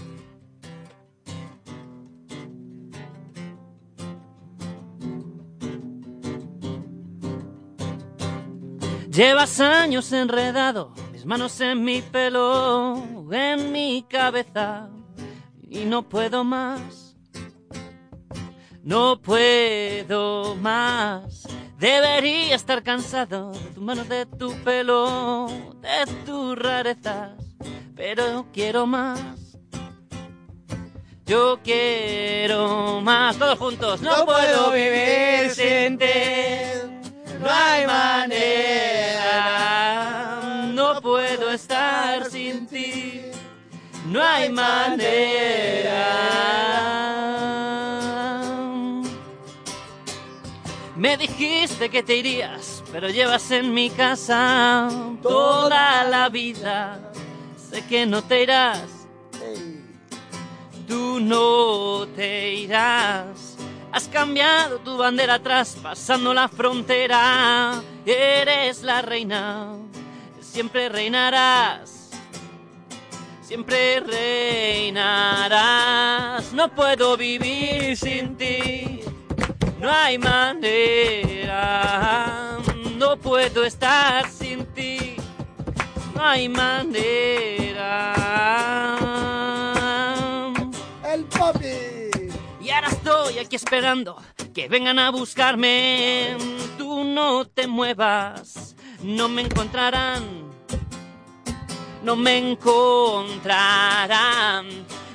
[SPEAKER 7] Llevas años enredado, mis manos en mi pelo, en mi cabeza, y no puedo más. No puedo más. Debería estar cansado de tus manos, de tu pelo, de tus rarezas, pero quiero más. Yo quiero más. Todos juntos. No, puedo vivir sin ti. No hay manera, no puedo estar sin ti. No hay manera. Me dijiste que te irías, pero llevas en mi casa toda la vida. Sé que no te irás. Tú no te irás. Has cambiado tu bandera traspasando la frontera. Eres la reina. Siempre reinarás. Siempre reinarás. No puedo vivir sin ti. No hay manera. No puedo estar sin ti. No hay manera.
[SPEAKER 2] ¡El Poppy!
[SPEAKER 7] Y ahora estoy aquí esperando que vengan a buscarme. Tú no te muevas, no me encontrarán. No me encontrarán.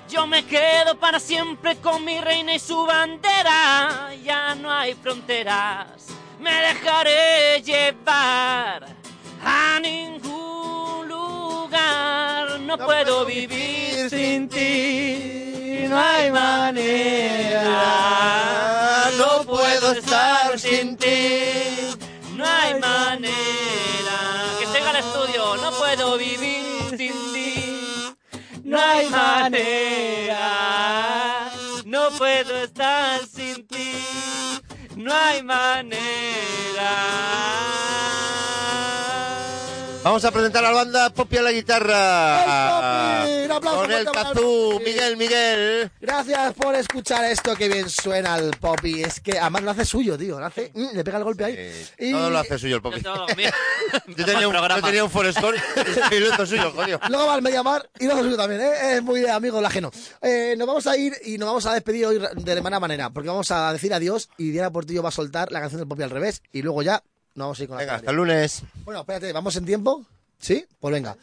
[SPEAKER 7] Yo me quedo para siempre con mi reina y su bandera. Ya no hay fronteras. Me dejaré llevar a ningún lugar. No, puedo vivir sin ti. No hay manera. No puedo estar sin ti. No hay manera. Que se al estudio. No puedo vivir sin ti. No hay manera. No puedo estar sin ti. No hay manera.
[SPEAKER 3] Vamos a presentar a la banda Poppy a la guitarra.
[SPEAKER 2] ¡El Poppy! Un aplauso
[SPEAKER 3] Con el
[SPEAKER 2] fuerte para el
[SPEAKER 3] Cazú,
[SPEAKER 2] Poppy.
[SPEAKER 3] Miguel, Miguel.
[SPEAKER 2] Gracias por escuchar esto, que bien suena el Poppy. Es que además lo hace suyo, tío. Lo hace, mm, le pega el golpe ahí.
[SPEAKER 3] Eh,
[SPEAKER 2] Y
[SPEAKER 3] Todo lo hace suyo el Poppy. Yo tenía un, yo
[SPEAKER 7] programa.
[SPEAKER 3] tenía un Forest Gump y lo hizo suyo, jodido.
[SPEAKER 2] Luego va al Mediamar y lo hace suyo también, ¿eh? Es muy amigo del ajeno. Eh, nos vamos a ir y nos vamos a despedir hoy de la manera manera, porque vamos a decir adiós y Diana Portillo va a soltar la canción del Poppy al revés y luego ya No vamos a ir con la
[SPEAKER 3] Venga,
[SPEAKER 2] Ferrari.
[SPEAKER 3] hasta el lunes.
[SPEAKER 2] Bueno, espérate, ¿vamos en tiempo? ¿Sí? Pues venga.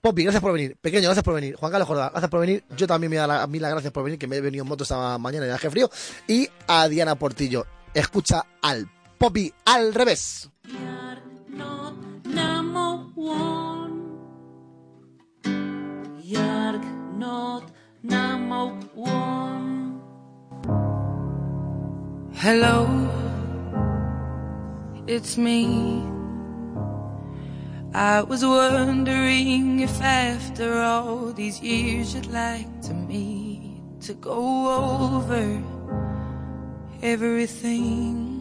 [SPEAKER 2] Popi, gracias por venir. Pequeño, gracias por venir. Juan Carlos Jordán, gracias por venir. Yo también me da la- a mí las gracias por venir, que me he venido en moto esta mañana en el Aje Frío. Y a Diana Portillo. Escucha al Popi al revés.
[SPEAKER 9] number one. You're not number one. Hello, it's me. I was wondering if after all these years you'd like to meet to go over everything.